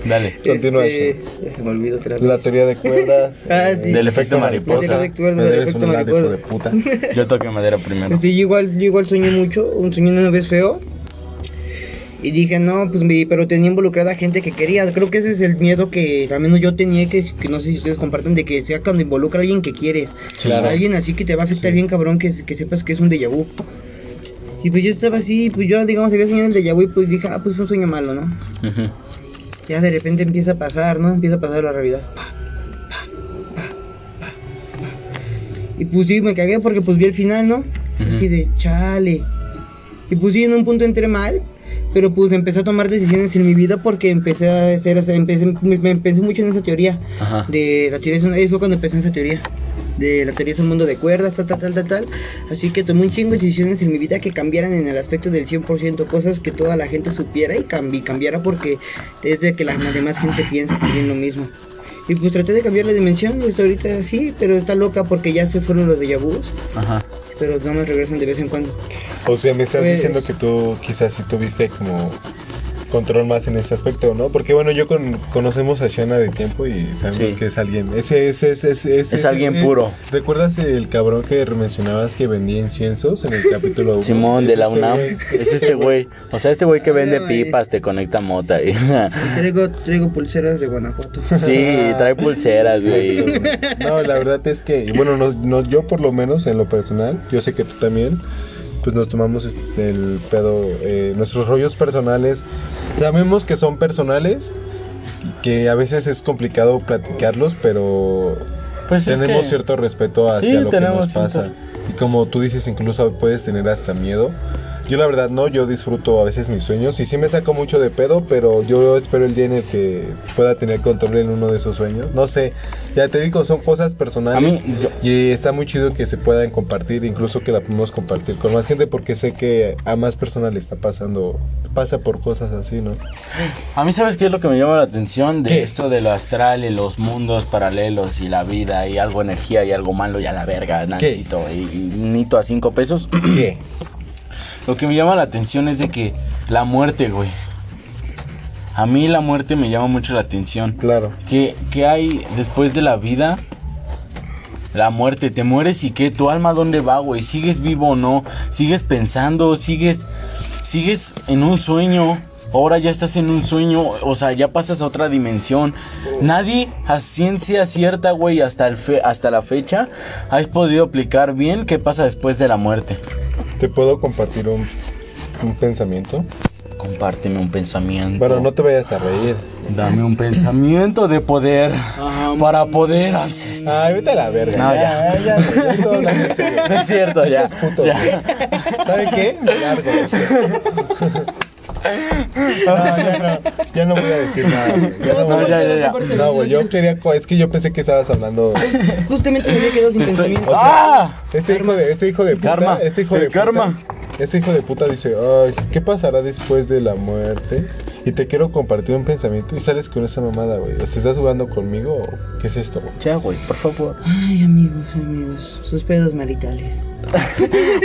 Speaker 1: Dale.
Speaker 2: Continúa,
Speaker 3: Este, ya se me olvidó otra vez.
Speaker 2: La teoría de cuerdas.
Speaker 3: Ah, sí. Del
Speaker 1: efecto mariposa.
Speaker 2: La
Speaker 3: La teoría de cuerdas,
Speaker 2: Me
Speaker 3: del
Speaker 2: debes
Speaker 3: efecto
Speaker 2: un látigo de
Speaker 3: mariposa.
Speaker 2: puta.
Speaker 1: Yo toqué madera primero.
Speaker 3: Este, yo igual, yo igual soñé mucho, un soñé una vez feo. Y dije, no, pues mi- pero tenía involucrada gente que quería. Creo que ese es el miedo que al menos yo tenía, que, que no sé si ustedes comparten, de que sea cuando involucra a alguien que quieres.
Speaker 1: Sí, claro.
Speaker 3: Alguien así que te va a afectar
Speaker 2: Sí.
Speaker 3: bien cabrón, que, que sepas que es un déjà vu. Y pues yo estaba así, pues yo digamos había soñado el déjà vu y pues dije, ah, pues fue un sueño malo, ¿no?
Speaker 1: Ujú.
Speaker 3: Ya de repente empieza a pasar, ¿no? Empieza a pasar la realidad. Pa, pa, pa, pa, pa. Y pues sí, me cagué porque pues vi el final, ¿no? Así de, chale. Y pues sí, en un punto entré mal, Pero pues empecé a tomar decisiones en mi vida porque empecé a hacer, empecé, me, me pensé mucho en esa teoría.
Speaker 1: Ajá.
Speaker 3: De la teoría, es un- eso fue cuando empecé en esa teoría. De la teoría es un mundo de cuerdas, tal, tal, tal, tal, tal. Así que tomé un chingo de decisiones en mi vida que cambiaran en el aspecto del 100%, cosas que toda la gente supiera y, cambi- cambiara porque es de que la la demás gente piensa también lo mismo. Y pues traté de cambiar la dimensión, hasta ahorita sí, pero está loca porque ya se fueron los de vus,
Speaker 1: Ajá.
Speaker 3: pero nada más regresan de vez en cuando.
Speaker 2: O sea, me estás
Speaker 3: Pues-
Speaker 2: diciendo que tú quizás sí tuviste como control más en este aspecto, ¿no? Porque bueno, yo con- conocemos a Shana de tiempo y sabemos
Speaker 1: Sí.
Speaker 2: que es alguien. Ese, ese, ese, ese- ese-
Speaker 1: Es alguien
Speaker 2: eh,
Speaker 1: puro.
Speaker 2: ¿Recuerdas el cabrón que mencionabas que vendía inciensos en el capítulo uno?
Speaker 1: Simón de la
Speaker 2: Este
Speaker 1: UNAM.
Speaker 2: güey.
Speaker 1: Es este güey. O sea, este güey que
Speaker 3: Ah,
Speaker 1: vende
Speaker 3: güey.
Speaker 1: pipas te conecta mota. Y...
Speaker 3: Traigo, traigo pulseras de Guanajuato.
Speaker 1: Sí, trae pulseras, güey.
Speaker 2: No, la verdad es que, y bueno, no, no, yo por lo menos en lo personal, yo sé que tú también, pues nos tomamos este, el pedo, eh, nuestros rollos personales, sabemos que son personales, que a veces es complicado platicarlos, pero
Speaker 1: Pues es
Speaker 2: tenemos
Speaker 1: que-
Speaker 2: cierto respeto hacia
Speaker 1: Sí,
Speaker 2: lo que
Speaker 1: tenemos
Speaker 2: nos pasa.
Speaker 1: cierto-
Speaker 2: Y como tú dices, incluso puedes tener hasta miedo. Yo la verdad no, yo disfruto a veces mis sueños y sí me saco mucho de pedo, pero yo espero el día en el que pueda tener control en uno de esos sueños. No sé, ya te digo, son cosas personales
Speaker 1: A mí, yo-
Speaker 2: y está muy chido que se puedan compartir, incluso que la podemos compartir con más gente porque sé que a más personas le está pasando, pasa por cosas así, ¿no?
Speaker 1: A mí, ¿sabes qué es lo que me llama la atención? De
Speaker 2: ¿Qué?
Speaker 1: esto de lo astral y los mundos paralelos y la vida y algo energía y algo malo y a la verga, Nancito. Y, y Nito a cinco pesos.
Speaker 2: ¿Qué?
Speaker 1: Lo que me llama la atención es de que la muerte, güey. A mí la muerte me llama mucho la atención.
Speaker 2: Claro.
Speaker 1: ¿Qué, qué hay después de la vida? La muerte, te mueres y qué, tu alma dónde va, güey, sigues vivo o no, sigues pensando, sigues, sigues en un sueño, ahora ya estás en un sueño, o sea, ya pasas a otra dimensión. Nadie a ciencia cierta, güey, hasta, el fe- hasta la fecha, has podido aplicar bien qué pasa después de la muerte.
Speaker 2: ¿Te puedo compartir un, un pensamiento?
Speaker 1: Compárteme un pensamiento.
Speaker 2: Bueno, no te vayas a reír.
Speaker 1: Dame un pensamiento de poder para poder ancestrar.
Speaker 2: Ay, vete a la verga.
Speaker 1: No,
Speaker 2: ya, eh, ya, ya, ya, estoy hablando en serio.
Speaker 1: No es cierto, ya.
Speaker 2: Pinches putos,
Speaker 1: ya.
Speaker 2: güey. ¿Saben qué? Me largo. No, ya no, ya no voy a decir nada. güey. Ya no,
Speaker 1: No,
Speaker 2: voy a-
Speaker 1: ya, ya, ya.
Speaker 2: No, güey, yo quería, co- es que yo pensé que estabas hablando.
Speaker 3: Justamente me había quedado sin
Speaker 1: Te estoy-
Speaker 3: pensamiento.
Speaker 2: O sea,
Speaker 1: ¡Ah!
Speaker 2: Este hijo de, este hijo de puta,
Speaker 1: Karma,
Speaker 2: este hijo
Speaker 1: el
Speaker 2: de puta-
Speaker 1: karma.
Speaker 2: este hijo de puta dice, ay, ¿qué pasará después de la muerte? Y te quiero compartir un pensamiento y sales con esa mamada, güey. O sea, ¿estás jugando conmigo? o ¿Qué es esto, güey?
Speaker 1: Ya, güey, por favor.
Speaker 3: Ay, amigos, amigos, sus pedos maritales.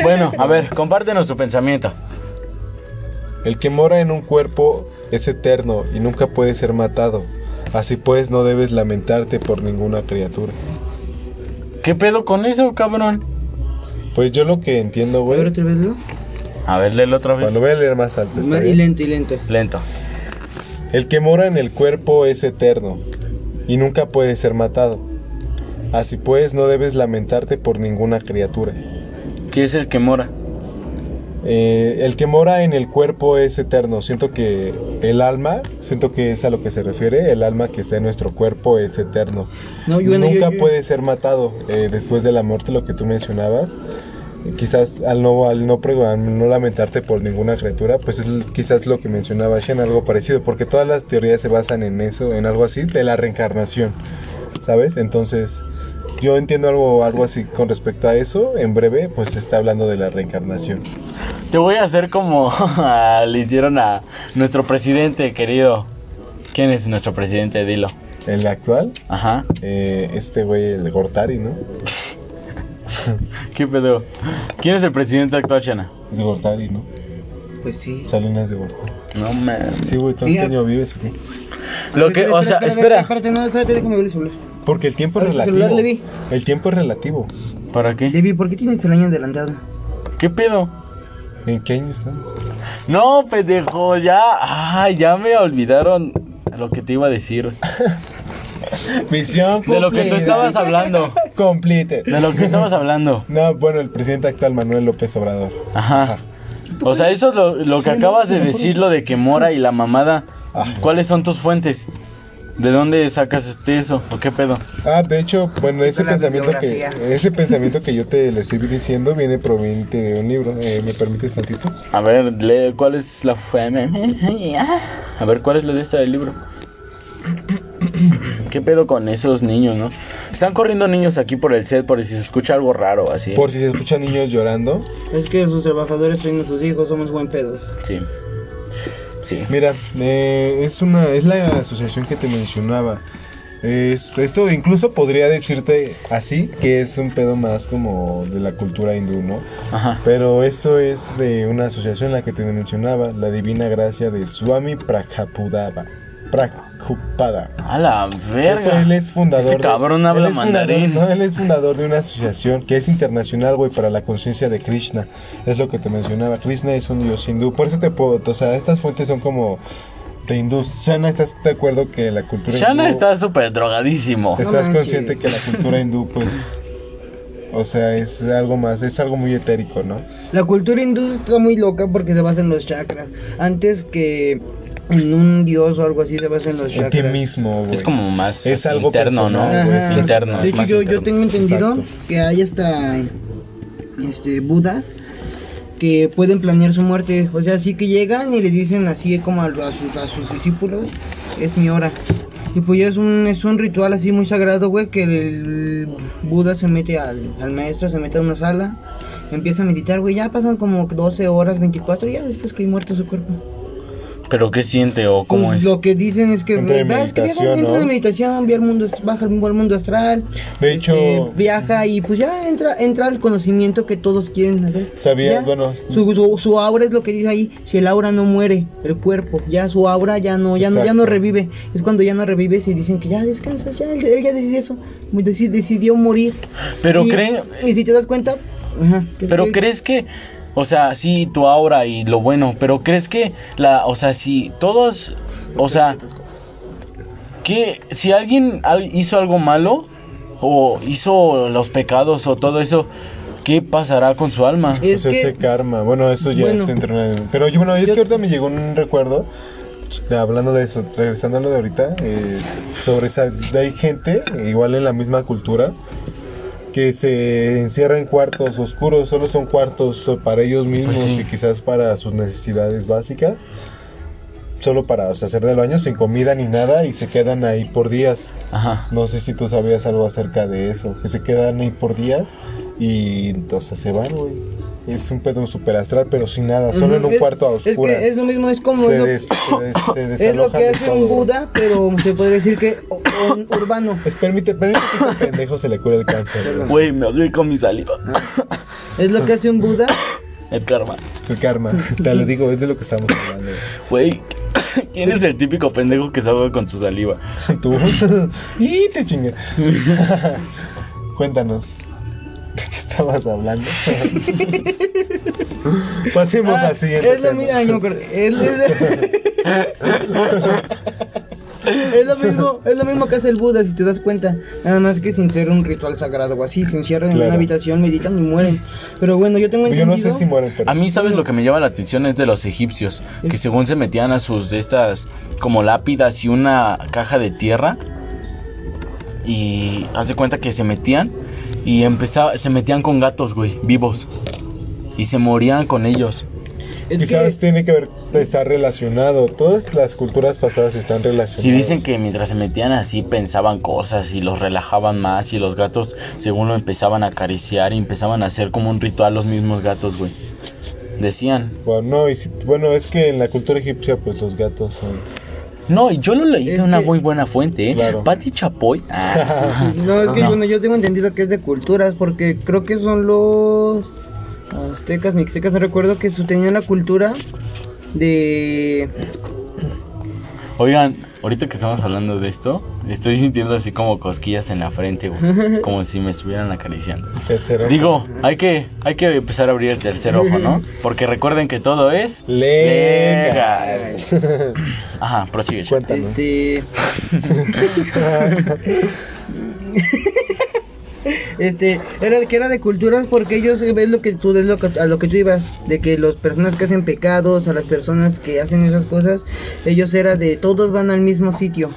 Speaker 1: Bueno, a ver, compártenos tu pensamiento.
Speaker 2: El que mora en un cuerpo es eterno y nunca puede ser matado. Así pues, no debes lamentarte por ninguna criatura.
Speaker 1: ¿Qué pedo con eso, cabrón?
Speaker 2: Pues yo lo que entiendo,
Speaker 3: A ver
Speaker 2: güey.
Speaker 3: otra vez, ¿no?
Speaker 1: A ver, léelo otra vez.
Speaker 2: Bueno, voy a leer más alto. ¿está
Speaker 3: Ma- Y
Speaker 2: bien?
Speaker 3: lento, y lento.
Speaker 1: Lento.
Speaker 2: El que mora en el cuerpo es eterno y nunca puede ser matado. Así pues, no debes lamentarte por ninguna criatura.
Speaker 1: ¿Qué es el que mora?
Speaker 2: Eh, el que mora en el cuerpo es eterno. Siento que el alma, siento que es a lo que se refiere, el alma que está en nuestro cuerpo es eterno.
Speaker 3: No, yo- bueno, yo-
Speaker 2: Nunca
Speaker 3: yo-
Speaker 2: puede ser matado eh, después de la muerte, lo que tú mencionabas. Eh, Quizás al no, al no, pregu- al no lamentarte por ninguna criatura, pues es l- quizás lo que mencionaba Shen, algo parecido, porque todas las teorías se basan en eso, en algo así, de la reencarnación, ¿sabes? Entonces, yo entiendo algo, algo así con respecto a eso. En breve, pues se está hablando de la reencarnación.
Speaker 1: Te voy a hacer como le hicieron a nuestro presidente, querido. ¿Quién es nuestro presidente? Dilo.
Speaker 2: El actual,
Speaker 1: Ajá.
Speaker 2: eh, este güey, el Gortari, ¿no?
Speaker 1: ¿Qué pedo? ¿Quién es el presidente actual, Shana?
Speaker 2: Es Gortari, ¿no?
Speaker 3: Pues sí.
Speaker 2: Salinas de Gortari.
Speaker 1: No man.
Speaker 2: Sí, güey, ¿tú
Speaker 3: Mira.
Speaker 2: año vives? güey?
Speaker 1: Lo que, o sea, espera.
Speaker 3: Espérate, no, espérate, déjame ver el celular.
Speaker 2: Porque el tiempo es
Speaker 3: Ahora tu celular,
Speaker 2: relativo.
Speaker 3: Levi.
Speaker 2: El tiempo es relativo.
Speaker 1: ¿Para qué?
Speaker 3: Levi, ¿por qué tienes el año adelantado?
Speaker 1: ¿Qué pedo?
Speaker 2: ¿En qué año estamos?
Speaker 1: No, pendejo, ya. Ay, ya me olvidaron lo que te iba a decir.
Speaker 2: Misión
Speaker 1: De lo que tú estabas hablando.
Speaker 2: Complete.
Speaker 1: De lo que estabas hablando.
Speaker 2: No, bueno, el presidente actual Manuel López Obrador.
Speaker 1: Ajá. O sea, eso es lo, lo que acabas de decir, lo de que mora y la mamada.
Speaker 2: Ah.
Speaker 1: ¿Cuáles son tus fuentes? ¿De dónde sacas este eso? ¿O qué pedo?
Speaker 2: Ah, de hecho, bueno, ese
Speaker 3: la
Speaker 2: pensamiento, que,
Speaker 3: bibliografía.
Speaker 2: ese pensamiento que yo te lo estoy diciendo viene proveniente de un libro. Eh, ¿Me permites tantito?
Speaker 1: A ver, lee, ¿cuál es la FM? A ver, ¿cuál es la de esta del libro? ¿Qué pedo con esos niños, no? Están corriendo niños aquí por el set por si se escucha algo raro, así.
Speaker 2: Por si se escuchan niños llorando.
Speaker 3: Es que sus trabajadores son nuestros hijos, somos buen pedos.
Speaker 1: Sí. Sí.
Speaker 2: Mira, eh, es una es la asociación que te mencionaba. Es- esto incluso podría decirte así, que es un pedo más como de la cultura hindú, ¿no?
Speaker 1: Ajá.
Speaker 2: Pero esto es de una asociación la que te mencionaba, la Divina Gracia de Swami Prajapudaba. Prajupada.
Speaker 1: A la
Speaker 2: Este,
Speaker 1: verga.
Speaker 2: él es fundador.
Speaker 1: Este
Speaker 2: de-
Speaker 1: cabrón habla
Speaker 2: él es fundador-
Speaker 1: mandarín.
Speaker 2: no, él es fundador de una asociación que es internacional, güey, para la conciencia de Krishna. Es lo que te mencionaba. Krishna es un dios hindú. Por eso te puedo. O sea, estas fuentes son como de hindú. Shana, ¿estás de acuerdo que la cultura
Speaker 1: Shana
Speaker 2: hindú-
Speaker 1: está súper drogadísimo.
Speaker 3: No
Speaker 2: ¿Estás
Speaker 3: manches.
Speaker 2: consciente que la cultura hindú, pues. es- O sea, es algo más. Es algo muy etérico, ¿no?
Speaker 3: La cultura hindú está muy loca porque se basa en los chakras. Antes que en un dios o algo así se basa en los
Speaker 2: En
Speaker 3: chakras.
Speaker 2: ti mismo, güey.
Speaker 1: Es como más
Speaker 2: Es algo
Speaker 1: interno,
Speaker 2: personal,
Speaker 1: ¿no?
Speaker 2: güey,
Speaker 1: Es
Speaker 2: sí.
Speaker 1: interno.
Speaker 3: De
Speaker 1: es
Speaker 3: hecho,
Speaker 1: más
Speaker 3: yo, yo
Speaker 1: interno.
Speaker 3: tengo entendido
Speaker 2: Exacto.
Speaker 3: que hay hasta este, budas que pueden planear su muerte. O sea, así que llegan y le dicen así como a, a sus, a sus discípulos, es mi hora. Y pues ya es un, es un ritual así muy sagrado, güey, que el Buda se mete al, al maestro, se mete a una sala, empieza a meditar, güey, ya pasan como 12 horas, 24, ya después que hay muerto su cuerpo.
Speaker 1: Pero ¿qué siente o cómo
Speaker 3: Pues
Speaker 1: es?
Speaker 3: Lo que dicen es que,
Speaker 2: Entra en
Speaker 3: "Ah, es que viaja,
Speaker 2: meditación,
Speaker 3: entra
Speaker 2: ¿no?
Speaker 3: en meditación, ve al mundo, ast- baja al al mundo astral.
Speaker 2: De hecho-
Speaker 3: viaja y pues ya entra entra el conocimiento que todos quieren saber.
Speaker 2: Sabía,
Speaker 3: Ya.
Speaker 2: bueno.
Speaker 3: Su, su, su aura es lo que dice ahí, si el aura no muere, el cuerpo, ya su aura ya no, ya no, ya no
Speaker 2: Exacto.
Speaker 3: revive. Es cuando ya no revives y dicen que ya descansas, ya él, él ya decidió eso, deci- decidió morir.
Speaker 1: Pero
Speaker 3: Y-
Speaker 1: creen-
Speaker 3: Y si te das cuenta, ajá, que-
Speaker 1: Pero
Speaker 3: que-
Speaker 1: crees que, o sea, sí, tu aura y lo bueno, pero crees que, la, o sea, si todos, o sea, que si alguien al- hizo algo malo o hizo los pecados o todo eso, ¿qué pasará con su alma?
Speaker 3: es
Speaker 2: pues
Speaker 3: que
Speaker 2: ese karma. Bueno, eso ya
Speaker 3: Bueno.
Speaker 2: es entrenamiento. Pero yo, bueno, es
Speaker 3: Yo-
Speaker 2: que ahorita me llegó un recuerdo, ch- hablando de eso, regresando a lo de ahorita, eh, sobre esa. Hay gente, igual en la misma cultura, que se encierra en cuartos oscuros, solo son cuartos para ellos mismos
Speaker 1: Pues sí.
Speaker 2: y quizás para sus necesidades básicas. Solo para o sea, hacer del baño sin comida ni nada y se quedan ahí por días.
Speaker 1: Ajá.
Speaker 2: No sé si tú sabías algo acerca de eso. Que se quedan ahí por días y entonces se van, güey. Es un pedo super astral, pero sin nada, solo en un
Speaker 3: es-
Speaker 2: cuarto a
Speaker 3: es que
Speaker 2: oscuras.
Speaker 3: es lo mismo, es como
Speaker 2: se
Speaker 3: lo-
Speaker 2: des- se des- se
Speaker 3: Es lo
Speaker 2: desalojan
Speaker 3: que
Speaker 2: de
Speaker 3: hace
Speaker 2: todo.
Speaker 3: un Buda, pero se podría decir que o- o un urbano.
Speaker 2: Pues permite, permite que este pendejo se le cure el cáncer. güey.
Speaker 3: Perdón.
Speaker 1: Güey, me ahogué con mi saliva.
Speaker 3: Es lo que hace un Buda.
Speaker 1: El karma.
Speaker 2: El karma. Te lo digo, es de lo que estamos hablando.
Speaker 1: Güey, ¿quién es el típico pendejo que se ahoga con su saliva?
Speaker 2: güey. Tú. y te chingué. Cuéntanos. ¿De qué estabas hablando? Pasemos
Speaker 3: Ah,
Speaker 2: al siguiente.
Speaker 3: es lo
Speaker 2: tema.
Speaker 3: mismo. Ay, no me acordé. Es, es- es lo mismo, es lo mismo que hace el Buda, si te das cuenta. Nada más que sin ser un ritual sagrado o así, se encierran en
Speaker 2: Claro.
Speaker 3: una habitación, meditan y mueren. Pero bueno, yo tengo
Speaker 2: Yo
Speaker 3: entendido.
Speaker 2: no sé si mueren, pero.
Speaker 1: A mí, ¿sabes lo que me llama la atención? Es de los egipcios, que según se metían a sus de estas como lápidas y una caja de tierra. Y haz de cuenta que se metían y empezaba, se metían con gatos, güey, vivos. Y se morían con ellos.
Speaker 3: es
Speaker 2: Quizás
Speaker 3: que
Speaker 2: tiene que ver, está relacionado. Todas las culturas pasadas están relacionadas.
Speaker 1: Y dicen que mientras se metían así pensaban cosas y los relajaban más y los gatos según lo empezaban a acariciar y empezaban a hacer como un ritual los mismos gatos, güey. Decían.
Speaker 2: Bueno, no, y si- bueno, es que en la cultura egipcia, pues los gatos son.
Speaker 1: No, y yo lo leí
Speaker 3: Es
Speaker 1: de una
Speaker 3: que-
Speaker 1: muy buena fuente, ¿eh?
Speaker 2: Claro.
Speaker 1: Patti Chapoy. Ah.
Speaker 3: no, es que
Speaker 1: Ajá.
Speaker 3: bueno, yo tengo entendido que es de culturas, porque creo que son los aztecas, mixtecas, no recuerdo que su- tenían la cultura de
Speaker 1: Oigan, ahorita que estamos hablando de esto, estoy sintiendo así como cosquillas en la frente, güey. Como si me estuvieran acariciando.
Speaker 2: Tercero.
Speaker 1: Digo, hay que, hay que empezar a abrir el tercer ojo, ¿no? Porque recuerden que todo es
Speaker 2: Legal.
Speaker 1: legal. Ajá, prosigue. Shay.
Speaker 2: Cuéntanos.
Speaker 3: Este. este. Era que era de culturas porque ellos ves lo que tú es lo que- a lo que tú ibas. De que las personas que hacen pecados, a las personas que hacen esas cosas, ellos era de todos van al mismo sitio.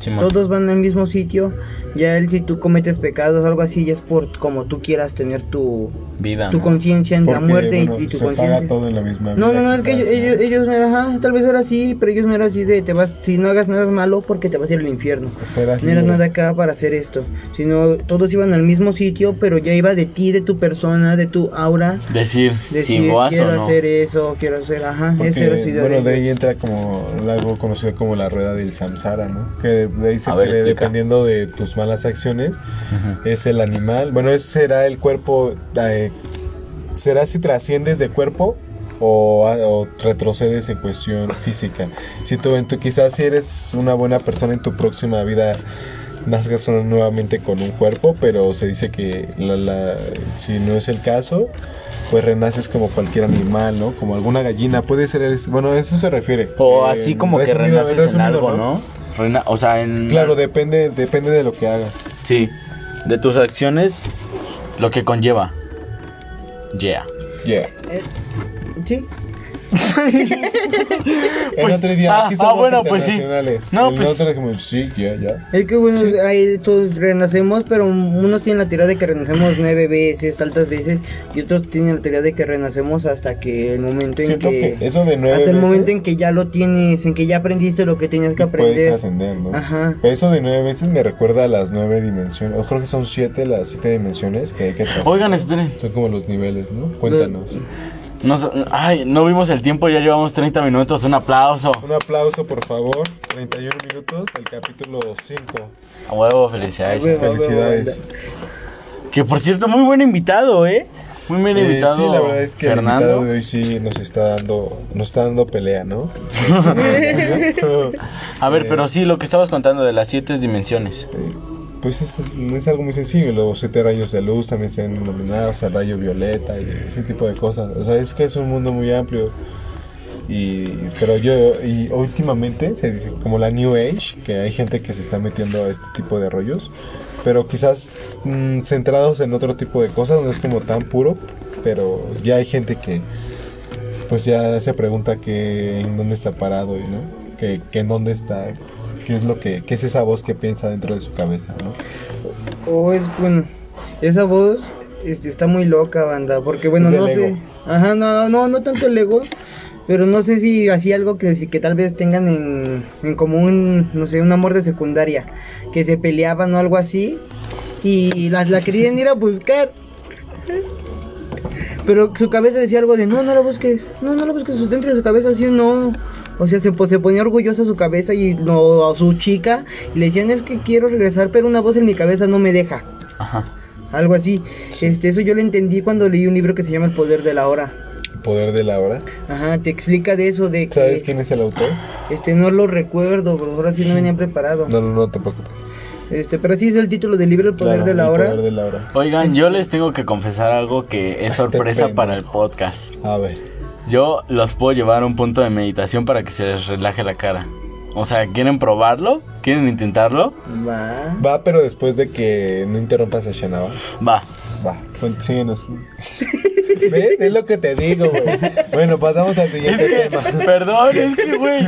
Speaker 1: Simón.
Speaker 3: Todos van al mismo sitio. Ya él, si tú cometes pecados o algo así, ya es por como tú quieras tener tu,
Speaker 1: Vida.
Speaker 3: tu
Speaker 1: ¿no?
Speaker 3: conciencia en la
Speaker 2: Porque,
Speaker 3: muerte y-
Speaker 2: bueno,
Speaker 3: y, tu
Speaker 2: se paga
Speaker 3: conciencia.
Speaker 2: todo en la misma
Speaker 3: No,
Speaker 2: vida,
Speaker 3: no, no, es que ellos,
Speaker 2: quizás,
Speaker 3: ellos, ellos no eran, ajá, tal vez era así, pero ellos no eran así de, te vas, si no hagas nada malo, porque te vas a ir al infierno.
Speaker 2: O sea, eras
Speaker 3: No era
Speaker 2: libre.
Speaker 3: nada acá para hacer esto, sino todos iban al mismo sitio, pero ya iba de ti, de tu persona, de tu aura.
Speaker 1: Decir,
Speaker 3: Decir,
Speaker 1: si vas o
Speaker 3: quiero
Speaker 1: no.
Speaker 3: hacer eso, quiero hacer, ajá,
Speaker 2: Porque,
Speaker 3: esa era su idea
Speaker 2: bueno,
Speaker 3: de
Speaker 2: de ahí entra como algo conocido como la rueda del samsara, ¿no? Que de ahí se
Speaker 1: A ver,
Speaker 2: cree,
Speaker 1: explica.
Speaker 2: dependiendo de tus malas acciones,
Speaker 1: Ujú.
Speaker 2: es el animal. Bueno, es- será el cuerpo. eh, será si trasciendes de cuerpo o, a- o retrocedes en cuestión física. Si tú, en tu, quizás si eres una buena persona en tu próxima vida. Nazcas nuevamente con un cuerpo, pero se dice que la- la- si no es el caso, pues renaces como cualquier animal, ¿no? Como alguna gallina, puede ser, el- bueno, a eso se refiere.
Speaker 1: O
Speaker 2: Eh,
Speaker 1: así como que
Speaker 2: resumido,
Speaker 1: renaces en
Speaker 2: resumido,
Speaker 1: algo, ¿no? Rena- o sea, en.
Speaker 2: Claro, depende, depende de lo que hagas.
Speaker 1: Sí. De tus acciones, lo que conlleva. Yeah.
Speaker 2: Yeah.
Speaker 3: Sí,
Speaker 2: el
Speaker 1: Pues,
Speaker 2: otro día,
Speaker 1: ah,
Speaker 2: aquí
Speaker 1: ah,
Speaker 2: somos
Speaker 1: bueno, pues sí.
Speaker 2: internacionales.
Speaker 1: No,
Speaker 2: El
Speaker 1: pues-
Speaker 2: otro dijimos, sí, ya, ya.
Speaker 3: es que bueno,
Speaker 2: Sí.
Speaker 3: ahí todos renacemos, pero unos tienen la teoría de que renacemos nueve veces, tantas veces, y otros tienen la teoría de que renacemos hasta que el momento en
Speaker 2: Siento que,
Speaker 3: que...
Speaker 2: eso de nueve
Speaker 3: Hasta el
Speaker 2: veces
Speaker 3: momento en que ya lo tienes, en que ya aprendiste lo que tenías que
Speaker 2: puede
Speaker 3: aprender.
Speaker 2: trascender, ¿no?
Speaker 3: Ajá.
Speaker 2: Eso de nueve veces me recuerda a las nueve dimensiones. O creo que son siete las siete dimensiones que hay que trascender.
Speaker 1: Oigan, esperen.
Speaker 2: Son como los niveles, ¿no? Cuéntanos.
Speaker 3: Mm.
Speaker 1: Nos- ay, no vimos el tiempo, ya llevamos 30 minutos. Un aplauso.
Speaker 2: Un aplauso, por favor. 31 minutos del capítulo 5.
Speaker 1: A huevo,
Speaker 3: Ay,
Speaker 1: felicidades.
Speaker 3: güey, güey, güey,
Speaker 2: Felicidades.
Speaker 3: güey.
Speaker 1: Que por cierto, muy buen invitado, ¿eh? Muy buen
Speaker 2: Eh,
Speaker 1: invitado.
Speaker 2: sí, la verdad es que el
Speaker 1: Fernando.
Speaker 2: invitado de hoy sí nos está dando, nos está dando pelea, ¿no?
Speaker 1: A
Speaker 2: Eh.
Speaker 1: ver, pero sí, lo que estabas contando de las siete dimensiones.
Speaker 2: Pues es, es algo muy sencillo. Los siete rayos de luz también se ven iluminados, el rayo violeta y ese tipo de cosas. O sea, es que es un mundo muy amplio. Y, pero yo, y últimamente se dice como la New Age, que hay gente que se está metiendo a este tipo de rollos, pero quizás mm, centrados en otro tipo de cosas, no es como tan puro, pero ya hay gente que pues ya se pregunta que en dónde está parado, y, ¿no? Que, que en dónde está, qué es lo que, qué es esa voz que piensa dentro de su cabeza, ¿no?
Speaker 3: O Oh, es bueno, esa voz este, está muy loca, banda, porque bueno,
Speaker 2: Es el
Speaker 3: no sé.
Speaker 2: ego.
Speaker 3: Ajá, no, no, no tanto el ego, pero no sé si así algo que, sí que tal vez tengan en, en común, no sé, un amor de secundaria, que se peleaban o algo así, y las la querían ir a buscar. Pero su cabeza decía algo de, no, no la busques, no, no la busques, dentro de su cabeza así, no. O sea, se, po- se ponía orgullosa su cabeza y no, a su chica, y le decían, es que quiero regresar, pero una voz en mi cabeza no me deja.
Speaker 1: Ajá.
Speaker 3: Algo así. Este, eso yo lo entendí cuando leí un libro que se llama El poder de la hora.
Speaker 2: El poder de la hora.
Speaker 3: Ajá, te explica de eso, de que
Speaker 2: ¿Sabes quién es el autor?
Speaker 3: este no lo recuerdo, pero ahora sí no venía preparado.
Speaker 2: No, no, no te preocupes.
Speaker 3: Este, pero sí es el título del libro El poder
Speaker 2: Claro,
Speaker 3: de la
Speaker 2: el
Speaker 3: hora.
Speaker 2: Poder de la hora.
Speaker 1: Oigan, yo les tengo que confesar algo que es
Speaker 2: Este
Speaker 1: sorpresa
Speaker 2: pendejo.
Speaker 1: para el podcast.
Speaker 2: A ver.
Speaker 1: Yo los puedo llevar a un punto de meditación para que se les relaje la cara. O sea, ¿quieren probarlo? ¿Quieren intentarlo?
Speaker 3: Va.
Speaker 2: Va, pero después de que no interrumpas a Shanaba.
Speaker 1: Va.
Speaker 2: Va, pues, síguenos. ¿Ves? Es lo que te digo, güey. Bueno, pasamos al
Speaker 1: Es
Speaker 2: siguiente
Speaker 1: que,
Speaker 2: tema.
Speaker 1: perdón, es que, güey.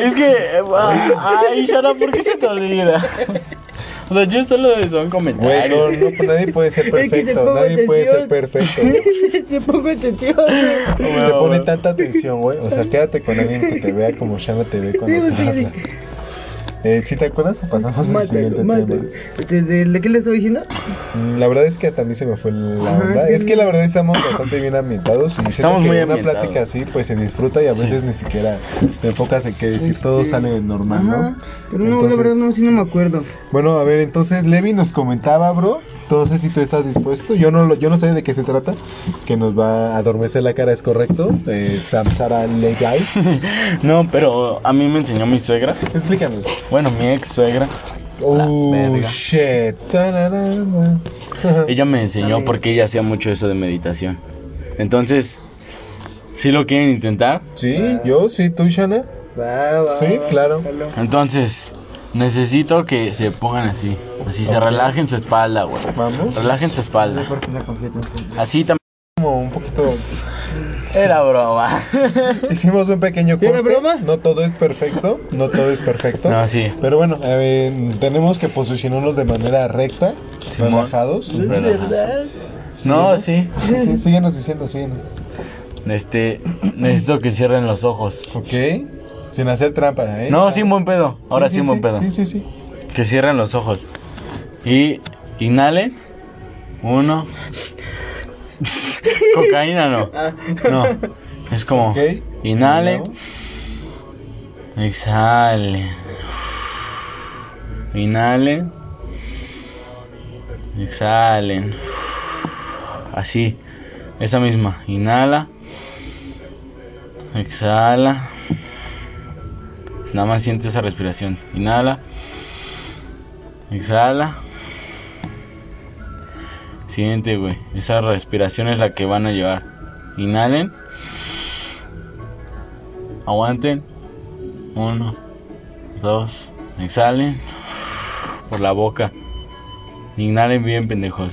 Speaker 1: Es que, eh, ah, ay, Shara, ¿por qué se te olvida? O sea, yo solo les doy un
Speaker 2: Güey, no,
Speaker 1: comentario.
Speaker 2: no, pues, nadie puede ser
Speaker 3: Es que te
Speaker 2: perfecto.
Speaker 3: pongo
Speaker 2: Nadie puede ser
Speaker 3: atención.
Speaker 2: perfecto.
Speaker 3: te pongo atención.
Speaker 1: Bueno,
Speaker 2: Te pone
Speaker 1: bueno.
Speaker 2: tanta atención, güey. O sea, quédate con alguien que te vea como Shana te ve cuando te
Speaker 3: Sí, sí, sí.
Speaker 2: habla. Eh, ¿Sí te acuerdas o pasamos al siguiente
Speaker 3: Mátalo,
Speaker 2: tema?
Speaker 3: mátalo. Este, ¿De de qué le estoy diciendo?
Speaker 2: Mm, La verdad es que hasta a mí se me fue la
Speaker 3: Ajá,
Speaker 2: onda.
Speaker 3: es que-
Speaker 2: Es que la verdad estamos bastante bien ambientados. Y siento
Speaker 1: Estamos
Speaker 2: que
Speaker 1: muy
Speaker 2: una
Speaker 1: ambientados.
Speaker 2: plática así, pues se disfruta y a veces ni siquiera te enfocas en qué decir. Todo
Speaker 3: Este,
Speaker 2: sale normal,
Speaker 3: Ajá.
Speaker 2: ¿no?
Speaker 3: Pero no,
Speaker 2: Entonces-
Speaker 3: la verdad no, sí no me acuerdo.
Speaker 2: Bueno, a ver, entonces Levi nos comentaba, bro. Entonces, si tú estás dispuesto, yo no, lo- yo no sé de qué se trata. Que nos va a adormecer la cara, ¿es correcto? Eh, Samsara Legai.
Speaker 1: No, pero a mí me enseñó mi suegra.
Speaker 2: Explícanos.
Speaker 1: Bueno, mi ex suegra.
Speaker 2: Oh,
Speaker 1: verga.
Speaker 2: shit. Tararara.
Speaker 1: Ella me enseñó
Speaker 3: Amén.
Speaker 1: porque ella hacía mucho eso de meditación. Entonces, si lo quieren intentar,
Speaker 2: Sí, yo, sí, tú, Shana.
Speaker 3: Va, va.
Speaker 2: Sí,
Speaker 3: va,
Speaker 2: claro.
Speaker 3: jalo.
Speaker 1: entonces necesito que se pongan así. Así se
Speaker 2: Ok.
Speaker 1: relajen su espalda, güey.
Speaker 2: Vamos.
Speaker 1: Relajen su
Speaker 3: No sé
Speaker 1: espalda.
Speaker 3: por qué la confié tanto.
Speaker 1: Así también.
Speaker 2: Como un poquito.
Speaker 1: Era broma.
Speaker 2: Hicimos un pequeño corte.
Speaker 3: ¿Era broma?
Speaker 2: No todo es perfecto, no todo es perfecto.
Speaker 1: No, sí.
Speaker 2: Pero bueno, eh, tenemos que posicionarnos de manera recta,
Speaker 1: Simón.
Speaker 2: relajados.
Speaker 1: Relajados. No,
Speaker 2: Síguenos.
Speaker 1: sí.
Speaker 2: Sí, sí, síguenos diciendo, síguenos.
Speaker 1: Este, necesito que cierren los ojos.
Speaker 2: Ok. Sin hacer trampa, ¿eh?
Speaker 1: No, sí, buen pedo. Ahora sí, buen pedo.
Speaker 2: Sí, sí, sí.
Speaker 1: Que cierren los ojos. Y inhalen. Uno. Cocaína no. No. Es como.
Speaker 2: Ok.
Speaker 1: Inhale.
Speaker 2: Luego.
Speaker 1: Exhale. Inhale. Exhalen. Así. Esa misma. Inhala. Exhala. Nada más siente esa respiración. Inhala. Exhala. Siente, güey. Esa respiración es la que van a llevar. Inhalen. Aguanten. Uno, dos. Exhalen. Por la boca. Inhalen bien, pendejos.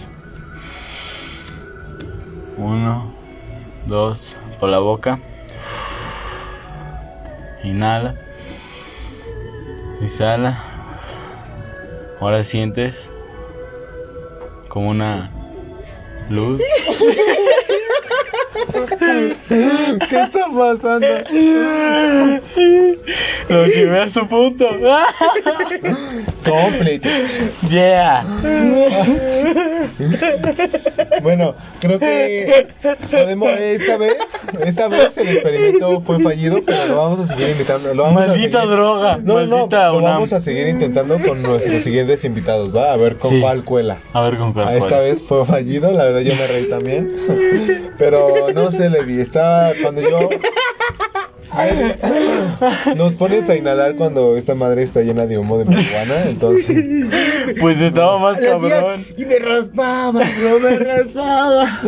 Speaker 1: Uno, dos. Por la boca. Inhala. Exhala. Ahora sientes como una luz.
Speaker 2: ¿Qué está pasando?
Speaker 1: Lo llevé a su punto.
Speaker 2: Completo.
Speaker 1: Yeah.
Speaker 2: Bueno, creo que podemos esta vez, esta vez el experimento fue fallido, pero lo vamos a seguir invitando. Lo vamos a
Speaker 1: Maldita
Speaker 2: seguir-
Speaker 1: droga.
Speaker 2: No, no,
Speaker 1: maldita
Speaker 2: no, lo
Speaker 1: UNAM.
Speaker 2: vamos a seguir intentando con nuestros siguientes invitados, ¿va? A ver con
Speaker 1: Sí.
Speaker 2: cuál cuela.
Speaker 1: A ver con
Speaker 2: Ah,
Speaker 1: cuál.
Speaker 2: Esta
Speaker 1: cuál.
Speaker 2: vez fue fallido, la verdad yo me reí también. Pero no sé, Levi, estaba cuando yo. Nos pones a inhalar cuando esta madre está llena de humo de marihuana, entonces.
Speaker 1: Pues estaba más
Speaker 3: Lo hacía
Speaker 1: cabrón.
Speaker 3: Y me raspaba, bro, me raspaba.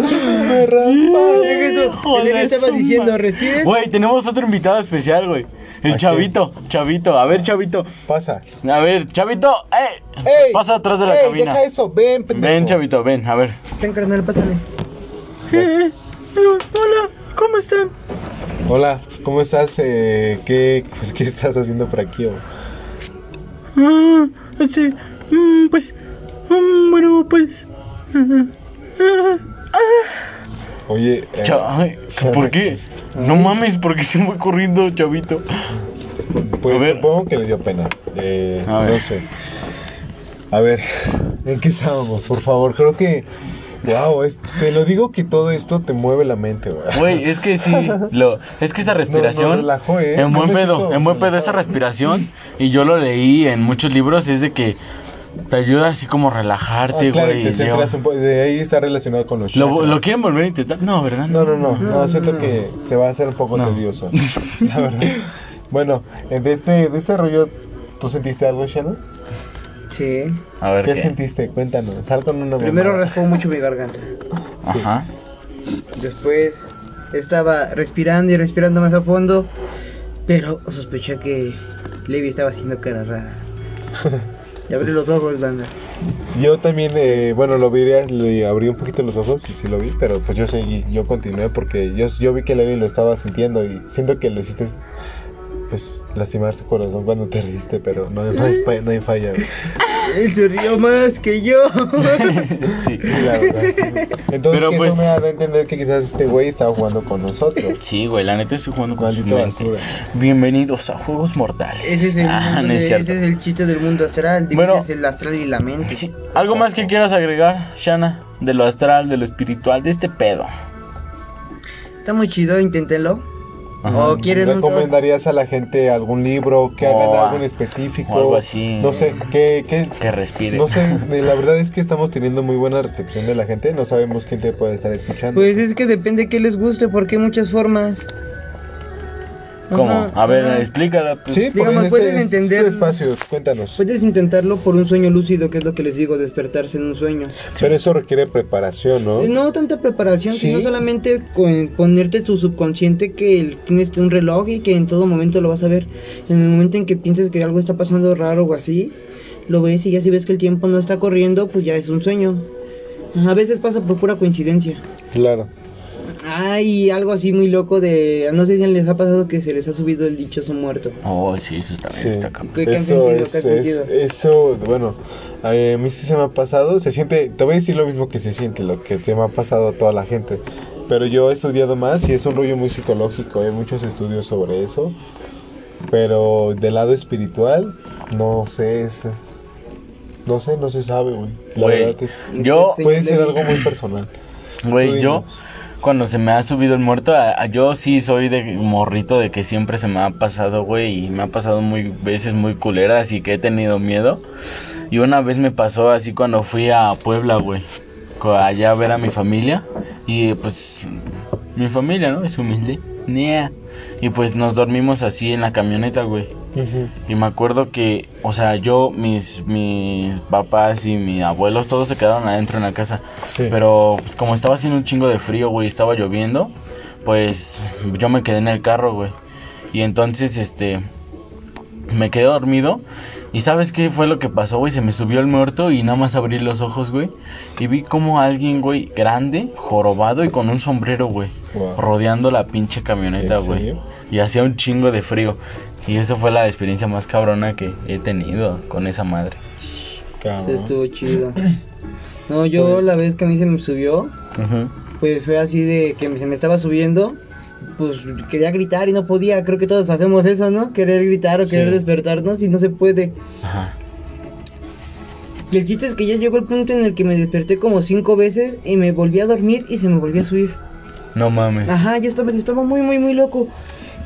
Speaker 2: Me raspa.
Speaker 1: Hijo
Speaker 3: Eso,
Speaker 1: de
Speaker 3: le estaba
Speaker 1: su
Speaker 3: diciendo,
Speaker 1: madre.
Speaker 3: ¿respiras?
Speaker 1: Güey, tenemos otro invitado especial, güey. El
Speaker 2: ¿A
Speaker 1: chavito, chavito. A ver, chavito.
Speaker 2: Pasa.
Speaker 1: A ver, chavito. Eh.
Speaker 2: ¡Ey!
Speaker 1: Pasa atrás de la
Speaker 2: ¡Ey,
Speaker 1: cabina.
Speaker 2: Deja eso, ven, pendejo.
Speaker 1: Ven, chavito, ven. A ver.
Speaker 3: Ten carnal, pásale.
Speaker 2: Gracias.
Speaker 3: Eh, Hola, ¿cómo están?
Speaker 2: Hola, ¿cómo estás? Eh, ¿qué, pues, ¿Qué estás haciendo por aquí? o?
Speaker 3: Ah, este, mm, pues, mm, bueno, pues. ah, ah, ah.
Speaker 2: Oye, eh,
Speaker 1: Cha- ay, ¿Por qué? No mames, ¿por qué se fue corriendo, chavito? a
Speaker 2: pues
Speaker 1: ver.
Speaker 2: supongo que le dio pena. Eh,
Speaker 1: A
Speaker 2: no
Speaker 1: ver.
Speaker 2: sé. A ver, ¿en qué estábamos? Por favor, creo que. Wow, es- te lo digo que todo esto te mueve la mente, güey.
Speaker 1: Güey, es que sí, lo, es que esa respiración,
Speaker 2: No, no, relajó, ¿eh?
Speaker 1: en buen
Speaker 2: No me
Speaker 1: pedo,
Speaker 2: siento
Speaker 1: en buen pedo
Speaker 2: relajado.
Speaker 1: esa respiración, y yo lo leí en muchos libros, es de que te ayuda así como a
Speaker 2: Ah,
Speaker 1: relajarte,
Speaker 2: claro,
Speaker 1: güey.
Speaker 2: te
Speaker 1: lleva-
Speaker 2: centras un po- De ahí está relacionado con los
Speaker 1: ¿Lo,
Speaker 2: chakras.
Speaker 1: lo quieren volver a intentar? No, ¿verdad?
Speaker 2: No, no, no, no, siento que se va a hacer un poco
Speaker 1: No.
Speaker 2: tedioso. La verdad. Bueno, eh, de este, de este rollo, ¿tú sentiste algo, Shannon?
Speaker 3: Sí,
Speaker 1: A ver
Speaker 2: ¿Qué
Speaker 1: qué.
Speaker 2: sentiste? Cuéntanos. Sal con una
Speaker 3: primero
Speaker 2: mamada.
Speaker 3: raspó mucho mi garganta.
Speaker 1: Ajá.
Speaker 3: Después estaba respirando y respirando más a fondo, pero sospeché que Levi estaba haciendo cara rara. Y abrí los ojos, banda.
Speaker 2: Yo también, eh, bueno, lo vi, le abrí un poquito los ojos y sí lo vi, pero pues yo seguí, yo continué porque yo, yo vi que Levi lo estaba sintiendo y siento que lo hiciste, pues, lastimar su corazón cuando te reíste, pero no, no, hay, fa- no hay falla. güey.
Speaker 3: Él se rió más que yo.
Speaker 1: Sí.
Speaker 2: Sí, la verdad. Entonces,
Speaker 1: Pero,
Speaker 2: eso
Speaker 1: pues-
Speaker 2: me da a entender que quizás este güey estaba jugando con nosotros.
Speaker 1: Sí, güey, la neta estoy jugando con su
Speaker 2: Maldita
Speaker 1: mente.
Speaker 2: basura.
Speaker 1: Bienvenidos a Juegos Mortales.
Speaker 3: Ese es el,
Speaker 1: Ah,
Speaker 3: mundo
Speaker 1: no es
Speaker 3: de-
Speaker 1: cierto.
Speaker 3: ese es el chiste del mundo astral.
Speaker 1: Bueno.
Speaker 3: Bueno, es el astral y la mente.
Speaker 1: Sí. ¿Algo más que quieras agregar, Shana? De lo astral, de lo espiritual, de este pedo.
Speaker 3: Está muy chido, inténtenlo.
Speaker 1: Ajá.
Speaker 3: O quieren un-
Speaker 2: ¿Recomendarías a la gente algún libro que hagan
Speaker 1: O a-
Speaker 2: algo en específico?
Speaker 1: o algo así.
Speaker 2: No sé, ¿qué, qué,
Speaker 1: Que respire.
Speaker 2: No sé, de- la verdad es que estamos teniendo muy buena recepción de la gente, no sabemos quién te puede estar escuchando.
Speaker 3: Pues es que depende qué les guste, porque hay muchas formas.
Speaker 1: ¿Cómo?
Speaker 3: Ajá,
Speaker 1: a ver,
Speaker 3: ajá.
Speaker 1: explícala. pues.
Speaker 2: sí, porque
Speaker 3: digamos,
Speaker 2: este
Speaker 3: pueden
Speaker 2: es-
Speaker 3: entender- Pues,
Speaker 2: estos espacios, cuéntanos.
Speaker 3: Puedes intentarlo por un sueño lúcido, que es lo que les digo, despertarse en un sueño.
Speaker 2: Pero eso requiere preparación, ¿no?
Speaker 3: Eh, No tanta preparación,
Speaker 2: Sí.
Speaker 3: sino solamente con ponerte tu subconsciente que el- tienes un reloj y que en todo momento lo vas a ver. En el momento en que pienses que algo está pasando raro o así, lo ves y ya si ves que el tiempo no está corriendo, pues ya es un sueño. Ajá, A veces pasa por pura coincidencia.
Speaker 2: Claro.
Speaker 3: Ay, algo así muy loco de. No sé si les ha pasado que se les ha subido el dichoso muerto.
Speaker 1: Oh, sí, eso también
Speaker 2: Sí.
Speaker 1: está cabrón.
Speaker 3: ¿Qué- qué has
Speaker 2: Eso,
Speaker 3: sentido?
Speaker 2: es,
Speaker 3: ¿Qué has
Speaker 2: es-
Speaker 3: sentido?
Speaker 2: eso, bueno, a eh, a mí sí se me ha pasado, se siente, te voy a decir lo mismo que se siente, lo que te me ha pasado a toda la gente, pero yo he estudiado más y es un rollo muy psicológico, hay muchos estudios sobre eso, pero del lado espiritual, no sé, eso es- no sé, no se sabe, güey. La
Speaker 1: Güey,
Speaker 2: verdad es,
Speaker 1: Yo,
Speaker 3: Sí.
Speaker 2: puede
Speaker 3: le
Speaker 2: ser
Speaker 3: digo.
Speaker 2: algo muy personal. Tú
Speaker 1: güey,
Speaker 2: dime.
Speaker 1: yo cuando se me ha subido el muerto, a- a- yo sí soy de morrito de que siempre se me ha pasado, güey, y me ha pasado muy veces muy culeras y que he tenido miedo. Y una vez me pasó así cuando fui a Puebla, güey, co- allá a ver a mi familia y pues mi familia, ¿no? Es humilde. Nea. Y pues nos dormimos así en la camioneta, güey. Y me acuerdo que, o sea, yo, mis, mis papás y mis abuelos, todos se quedaron adentro en la casa.
Speaker 2: Sí.
Speaker 1: Pero pues, como estaba haciendo un chingo de frío, güey, estaba lloviendo, pues yo me quedé en el carro, güey. Y entonces, este, me quedé dormido. ¿Y sabes qué fue lo que pasó, güey? Se me subió el muerto y nada más abrí los ojos, güey. Y vi como alguien, güey, grande, jorobado y con un sombrero, güey.
Speaker 2: Wow.
Speaker 1: Rodeando la pinche camioneta,
Speaker 2: ¿En
Speaker 1: güey.
Speaker 2: serio?
Speaker 1: Y hacía un chingo de frío. Y esa fue la experiencia más cabrona que he tenido con esa madre.
Speaker 2: Cabrón.
Speaker 3: Eso estuvo chido. No, yo
Speaker 2: Pues
Speaker 3: la vez que a mí se me subió, pues fue así de que se me estaba subiendo. Pues quería gritar y no podía. Creo que todos hacemos eso, ¿no? Querer gritar o
Speaker 2: Sí.
Speaker 3: querer despertarnos y no se puede.
Speaker 1: Ajá.
Speaker 3: Y el chiste es que ya llegó el punto en el que me desperté como cinco veces y me volví a dormir y se me volvió a subir.
Speaker 1: No mames.
Speaker 2: Ah.
Speaker 3: Ajá, yo estaba, estaba muy, muy, muy loco.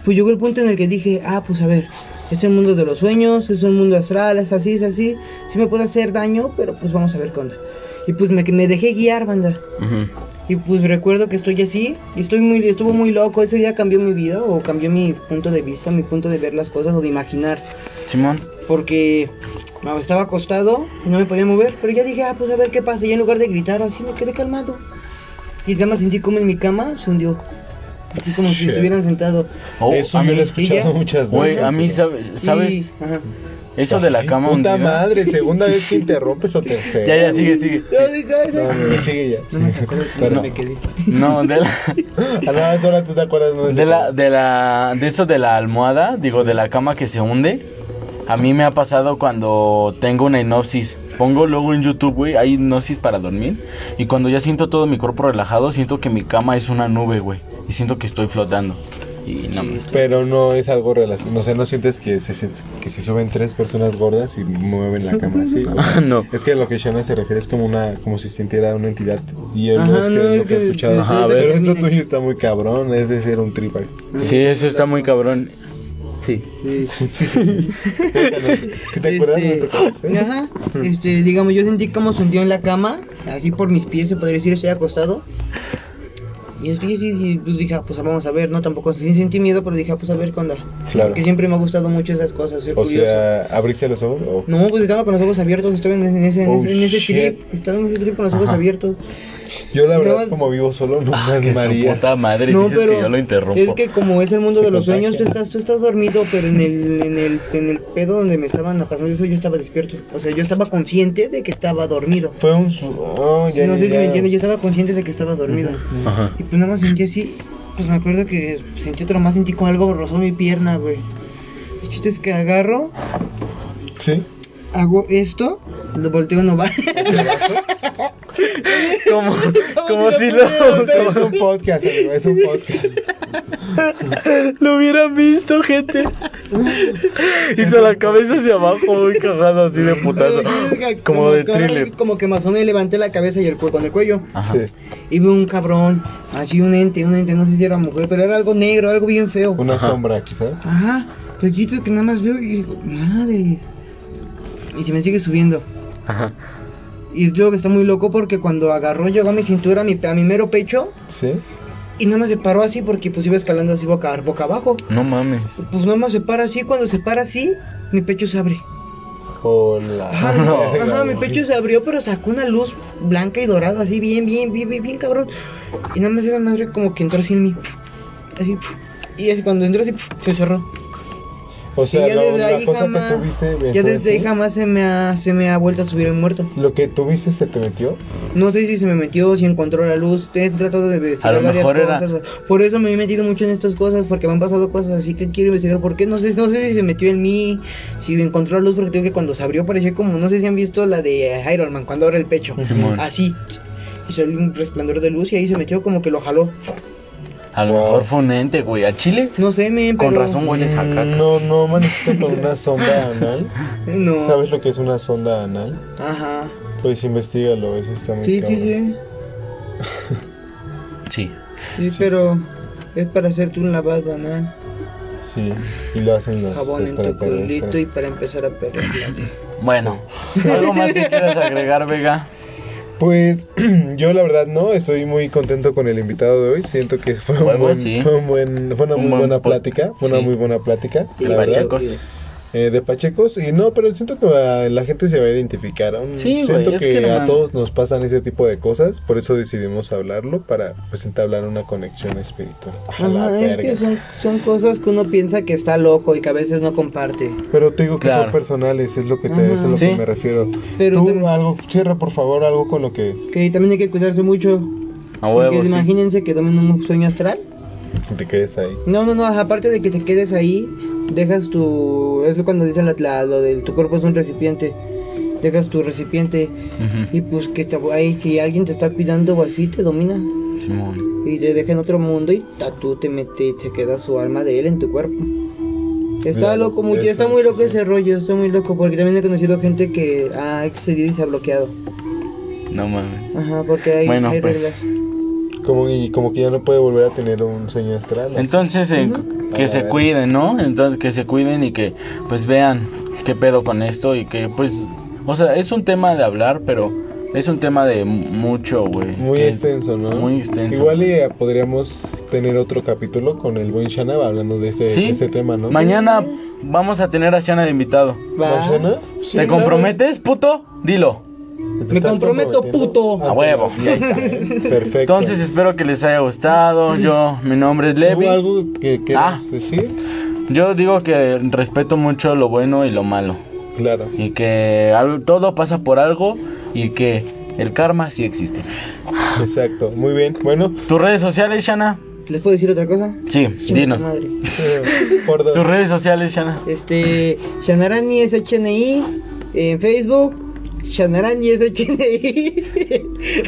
Speaker 3: Pues llegó el punto en el que dije, ah, pues a ver, este es el mundo de los sueños, es un mundo astral, es así, es así. Sí me puede hacer daño, pero pues vamos a ver qué onda. Y pues me, me dejé guiar, banda.
Speaker 1: Ujú.
Speaker 3: Y pues recuerdo que estoy así, y estoy muy, estuvo muy loco. Ese día cambió mi vida, o cambió mi punto de vista, mi punto de ver las cosas, o de imaginar.
Speaker 1: Simón.
Speaker 3: Porque ah, estaba acostado y no me podía mover, pero ya dije, ah, pues a ver qué pasa. Y en lugar de gritar o así, me quedé calmado. Y nada más sentí como en mi cama se hundió. Así como si
Speaker 2: Shit.
Speaker 3: estuvieran sentado.
Speaker 1: Oh,
Speaker 2: eso
Speaker 1: a
Speaker 2: yo
Speaker 1: mí-
Speaker 2: lo he escuchado
Speaker 3: ya.
Speaker 2: muchas veces.
Speaker 1: Güey, a mí,
Speaker 2: pero-
Speaker 1: sabe-
Speaker 3: Y-
Speaker 1: ¿sabes?
Speaker 3: ajá.
Speaker 1: Eso de la
Speaker 2: Ay,
Speaker 1: cama
Speaker 2: Puta
Speaker 1: hundida.
Speaker 2: madre, segunda vez que interrumpes o tercera.
Speaker 1: Ya, ya, sigue, sigue.
Speaker 3: No, no, no, no.
Speaker 2: No, no, no, sigue ya.
Speaker 3: No me acuerdo dónde
Speaker 2: Pero-
Speaker 3: me quedé.
Speaker 1: No, de la,
Speaker 2: Ah, no, eso ahora tú te acuerdas. ¿no?
Speaker 1: de la, de la, de eso de la almohada, digo, de la cama que se hunde. A mí me ha pasado cuando tengo una hipnosis. Pongo luego en YouTube, güey, hay hipnosis para dormir. Y cuando ya siento todo mi cuerpo relajado, siento que mi cama es una nube, güey. Y siento que estoy flotando. Y no, mames.
Speaker 2: Pero no es algo relacionado. O sea, no sientes que se, se- que se suben tres personas gordas y mueven la cámara así. güey?
Speaker 1: Ah, no.
Speaker 2: Es que a lo que Shana se refiere es como una como si sintiera una entidad. Y él
Speaker 3: Ajá,
Speaker 2: es que
Speaker 3: no,
Speaker 2: lo
Speaker 3: es
Speaker 2: que, he
Speaker 3: que-
Speaker 2: escuchado.
Speaker 1: Ajá, a
Speaker 2: pero
Speaker 1: ver.
Speaker 2: eso tuyo está muy cabrón. Es decir, un tripac.
Speaker 1: Sí, eso está muy cabrón. Sí.
Speaker 3: Sí.
Speaker 2: Sí, sí. ¿Sí ¿Te acuerdas?
Speaker 3: Este,
Speaker 2: ¿No te acuerdas?
Speaker 3: Ajá. Este, digamos, yo sentí como se hundió en la cama, así por mis pies, se podría decir, estoy acostado. Y estoy así, sí, pues dije, ah, pues vamos a ver, no, tampoco sí sentí miedo, pero dije, ah, pues a ver, conda.
Speaker 2: Claro.
Speaker 3: Que siempre me ha gustado mucho esas cosas, soy
Speaker 2: O
Speaker 3: curioso.
Speaker 2: sea, ¿abriste los ojos? o-
Speaker 3: No, pues estaba con los ojos abiertos, estaba en ese, en ese, en
Speaker 2: Oh,
Speaker 3: ese- en ese
Speaker 2: shit.
Speaker 3: trip, estaba en ese trip con los ojos abiertos.
Speaker 2: Yo la verdad,
Speaker 3: No.
Speaker 2: como vivo solo, no
Speaker 1: Ah, que su
Speaker 2: María.
Speaker 1: puta madre, dices que yo lo interrumpo.
Speaker 3: es que como es el mundo
Speaker 2: Se
Speaker 3: de los
Speaker 2: contagia.
Speaker 3: sueños, tú estás, tú estás dormido, pero en el, en el, en el pedo donde me estaban pasando eso, yo estaba despierto. O sea, yo estaba consciente de que estaba dormido.
Speaker 2: Fue un su... oh, ya,
Speaker 3: Sí, no
Speaker 2: ya,
Speaker 3: sé si
Speaker 2: ya.
Speaker 3: me entiendes, yo estaba consciente de que estaba dormido.
Speaker 1: Ajá.
Speaker 3: Y pues nada más sentí así, pues me acuerdo que sentí otro más, sentí como algo rozó mi pierna, güey. El chiste es que agarro,
Speaker 2: Sí.
Speaker 3: hago esto, lo volteo no va.
Speaker 1: Como, como si
Speaker 2: O sea, es
Speaker 1: lo,
Speaker 2: un podcast, amigo, es un podcast.
Speaker 1: lo hubieran visto, gente. Hizo la cabeza hacia abajo, muy cagada, así de putazo. Como de thriller.
Speaker 3: Como que más o menos levanté la cabeza y el cuerpo con el cuello.
Speaker 1: Ajá.
Speaker 2: Sí.
Speaker 3: Y vi un cabrón, así un ente, un ente, no sé si era mujer, pero era algo negro, algo bien feo.
Speaker 2: Una sombra, quizás.
Speaker 3: Ajá, pero el chiste es que nada más veo y digo, madres. Y se me sigue subiendo.
Speaker 1: Ajá.
Speaker 3: Y luego que está muy loco porque cuando agarró, llegó a mi cintura, a mi, a mi mero pecho,
Speaker 2: Sí.
Speaker 3: y nada más se paró así porque pues iba escalando así boca, boca abajo.
Speaker 1: No mames.
Speaker 3: Pues nada más se para así, cuando se para así, mi pecho se abre.
Speaker 2: Hola.
Speaker 3: Ajá, mi- ajá, mi pecho se abrió, pero sacó una luz blanca y dorada, así bien, bien, bien, bien, bien cabrón. Y nada más esa madre como que entró así en mí. Así, y así cuando entró así, se cerró.
Speaker 2: O sea,
Speaker 3: Y ya
Speaker 2: la,
Speaker 3: desde
Speaker 2: la
Speaker 3: ahí
Speaker 2: cosa
Speaker 3: jamás-
Speaker 2: que tuviste. dentro
Speaker 3: Ya
Speaker 2: de
Speaker 3: desde ahí
Speaker 2: ti,
Speaker 3: jamás se me, ha, se me ha vuelto a subir el muerto.
Speaker 2: Lo que tuviste se te metió.
Speaker 3: No sé si se me metió, si encontró la luz. He tratado de investigar
Speaker 1: A lo
Speaker 3: varias
Speaker 1: mejor era-
Speaker 3: cosas. Por eso me he metido mucho en estas cosas, porque me han pasado cosas así que quiero investigar. ¿Por qué? No sé, no sé si se metió en mí, si encontró la luz, porque digo que cuando se abrió parecía como, no sé si han visto la de Iron Man, cuando abre el pecho.
Speaker 1: Simón.
Speaker 3: Así. Y salió un resplandor de luz y ahí se metió como que lo jaló.
Speaker 1: A lo
Speaker 2: Wow.
Speaker 1: mejor fue un ente, güey. ¿A Chile?
Speaker 3: No sé, men,
Speaker 1: Con
Speaker 3: pero-
Speaker 1: razón hueles a caca.
Speaker 2: Mm, No, no amaneciste con una sonda anal.
Speaker 3: No.
Speaker 2: ¿Sabes lo que es una sonda anal?
Speaker 3: Ajá.
Speaker 2: Pues investigalo, eso está muy
Speaker 3: Sí, sí,
Speaker 2: cabrón.
Speaker 3: sí,
Speaker 1: Sí.
Speaker 3: sí.
Speaker 2: Sí,
Speaker 3: pero es para hacerte un lavado anal.
Speaker 2: Sí, y lo hacen los
Speaker 3: Jabón en tu culito y
Speaker 2: extraterrestres.
Speaker 3: para empezar a perrearla.
Speaker 1: Bueno. ¿Algo más que quieras agregar, Vega?
Speaker 2: Pues yo la verdad no, estoy muy contento con el invitado de hoy. Siento que fue, un
Speaker 1: Huevo,
Speaker 2: buen,
Speaker 1: sí.
Speaker 2: fue, un buen- fue una
Speaker 1: Un
Speaker 2: muy
Speaker 1: buen
Speaker 2: buena
Speaker 1: pod-
Speaker 2: plática, fue una
Speaker 1: sí.
Speaker 2: muy buena plática,
Speaker 3: Y
Speaker 2: la verdad.
Speaker 1: Pachecos.
Speaker 2: Eh, de Pachecos y no, pero siento que ah, la gente se va a identificar. aún
Speaker 1: Sí, güey,
Speaker 2: siento
Speaker 1: es
Speaker 2: que,
Speaker 1: que no
Speaker 2: a
Speaker 1: mames.
Speaker 2: todos nos pasan ese tipo de cosas, por eso decidimos hablarlo para pues entablar una conexión espiritual. A la
Speaker 3: Ajá, es
Speaker 2: verga.
Speaker 3: que son, son cosas que uno piensa que está loco y que a veces no comparte.
Speaker 2: Pero te digo que
Speaker 1: Claro.
Speaker 2: son personales, es lo que te
Speaker 3: Ajá.
Speaker 2: es a lo
Speaker 1: Sí.
Speaker 2: que me refiero.
Speaker 3: Pero
Speaker 2: Tú
Speaker 3: también-
Speaker 2: algo cierra por favor algo con lo que
Speaker 3: Que también hay que cuidarse mucho.
Speaker 1: A
Speaker 3: Porque
Speaker 1: huevo, sí.
Speaker 3: imagínense que tomen un sueño astral.
Speaker 2: te quedes ahí.
Speaker 3: No, no, no, aparte de que te quedes ahí, dejas tu. Es lo cuando dicen la- la- lo del tu cuerpo es un recipiente. Dejas tu recipiente
Speaker 1: Ujú.
Speaker 3: y pues que está ahí, si alguien te está cuidando o así, te domina.
Speaker 1: Simón.
Speaker 3: Y te deja en otro mundo y ta- tú te metes, se queda su alma de él en tu cuerpo. Está
Speaker 2: Claro,
Speaker 3: loco, muy,
Speaker 2: eso,
Speaker 3: está muy
Speaker 2: eso,
Speaker 3: loco
Speaker 2: sí.
Speaker 3: ese rollo, está muy loco, porque también he conocido gente que ha excedido y se ha bloqueado.
Speaker 1: No mames.
Speaker 3: Ajá, porque hay,
Speaker 1: Bueno,
Speaker 3: hay
Speaker 1: pues,
Speaker 3: reglas.
Speaker 2: Como y como que ya no puede volver a tener un sueño astral. ¿no?
Speaker 1: Entonces, eh, que
Speaker 2: A
Speaker 1: se
Speaker 2: ver.
Speaker 1: cuiden, ¿no? Entonces, que se cuiden y que, pues, vean qué pedo con esto y que, pues, o sea, es un tema de hablar, pero es un tema de mu- mucho, güey.
Speaker 2: muy
Speaker 1: Que-
Speaker 2: extenso, ¿no?
Speaker 1: Muy extenso.
Speaker 2: Igual y, eh, podríamos tener otro capítulo con el buen Shanab hablando de este,
Speaker 1: Sí.
Speaker 2: de este tema, ¿no?
Speaker 1: Mañana vamos a tener a Shana de invitado.
Speaker 3: Va.
Speaker 2: ¿Mañana?
Speaker 3: Sí,
Speaker 1: ¿Te
Speaker 3: claro.
Speaker 1: comprometes, puto? Dilo.
Speaker 2: ¿Te
Speaker 3: Me
Speaker 2: estás
Speaker 3: comprometo,
Speaker 2: comprometiendo?
Speaker 3: puto.
Speaker 1: A huevo.
Speaker 2: Perfecto.
Speaker 1: Entonces, espero que les haya gustado. Yo, mi nombre es
Speaker 2: ¿Hubo
Speaker 1: Levi. Ah.
Speaker 2: algo que quieras decir?
Speaker 1: Yo digo que respeto mucho lo bueno y lo malo.
Speaker 2: Claro.
Speaker 1: Y que algo- todo pasa por algo y que el karma sí existe.
Speaker 2: Exacto. Muy bien. Bueno,
Speaker 1: ¿Tus redes sociales, Shana?
Speaker 3: ¿Les puedo decir otra cosa?
Speaker 1: Sí,
Speaker 3: Chinga tu
Speaker 1: dinos.
Speaker 3: madre.
Speaker 2: eh, por dos.
Speaker 1: Tus redes sociales, Shana.
Speaker 3: Este, Shanarani es HNI en Facebook, Shanarani es HNI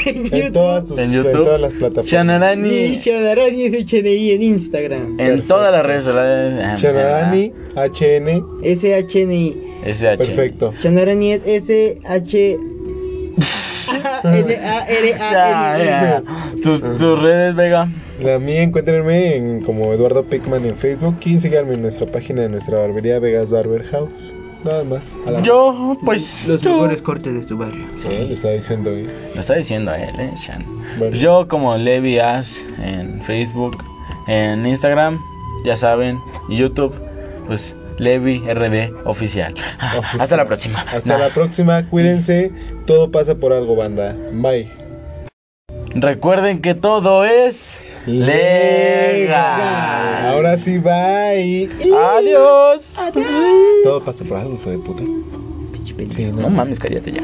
Speaker 3: en
Speaker 2: En
Speaker 3: YouTube
Speaker 2: todas, sus-
Speaker 1: En
Speaker 2: en
Speaker 1: YouTube.
Speaker 2: todas las plataformas.
Speaker 3: y
Speaker 1: Shanarani.
Speaker 3: Shanarani es HNI en Instagram.
Speaker 1: En todas las redes sociales. Ah,
Speaker 2: Shanarani, HN.
Speaker 3: SHNI.
Speaker 1: SH.
Speaker 2: Perfecto.
Speaker 3: Shanarani es SH N A R
Speaker 1: Ya,
Speaker 3: A N
Speaker 1: ya. Tus, tus redes, Vega.
Speaker 2: La mía encuéntrenme en, como Eduardo Pickman en Facebook y síganme en nuestra página de nuestra barbería Vegas Barber House. Nada más. A la-
Speaker 1: Yo, pues.
Speaker 3: Los
Speaker 1: yo-
Speaker 3: mejores cortes de tu barrio.
Speaker 2: Sí, lo estaba diciendo hoy.
Speaker 1: Lo está diciendo él, eh, Shan.
Speaker 2: Bueno.
Speaker 1: Yo como Levi As en Facebook, en Instagram, ya saben, y YouTube, pues Levi RD oficial.
Speaker 2: Oficial.
Speaker 1: Hasta la próxima. Nah.
Speaker 2: Hasta la próxima. Cuídense. Todo pasa por algo, banda. Bye.
Speaker 1: Recuerden que todo es legal.
Speaker 2: Ahora sí, bye.
Speaker 1: Adiós.
Speaker 2: Todo pasa por algo, hijo de puta. Sí,
Speaker 1: No mames, cállate ya.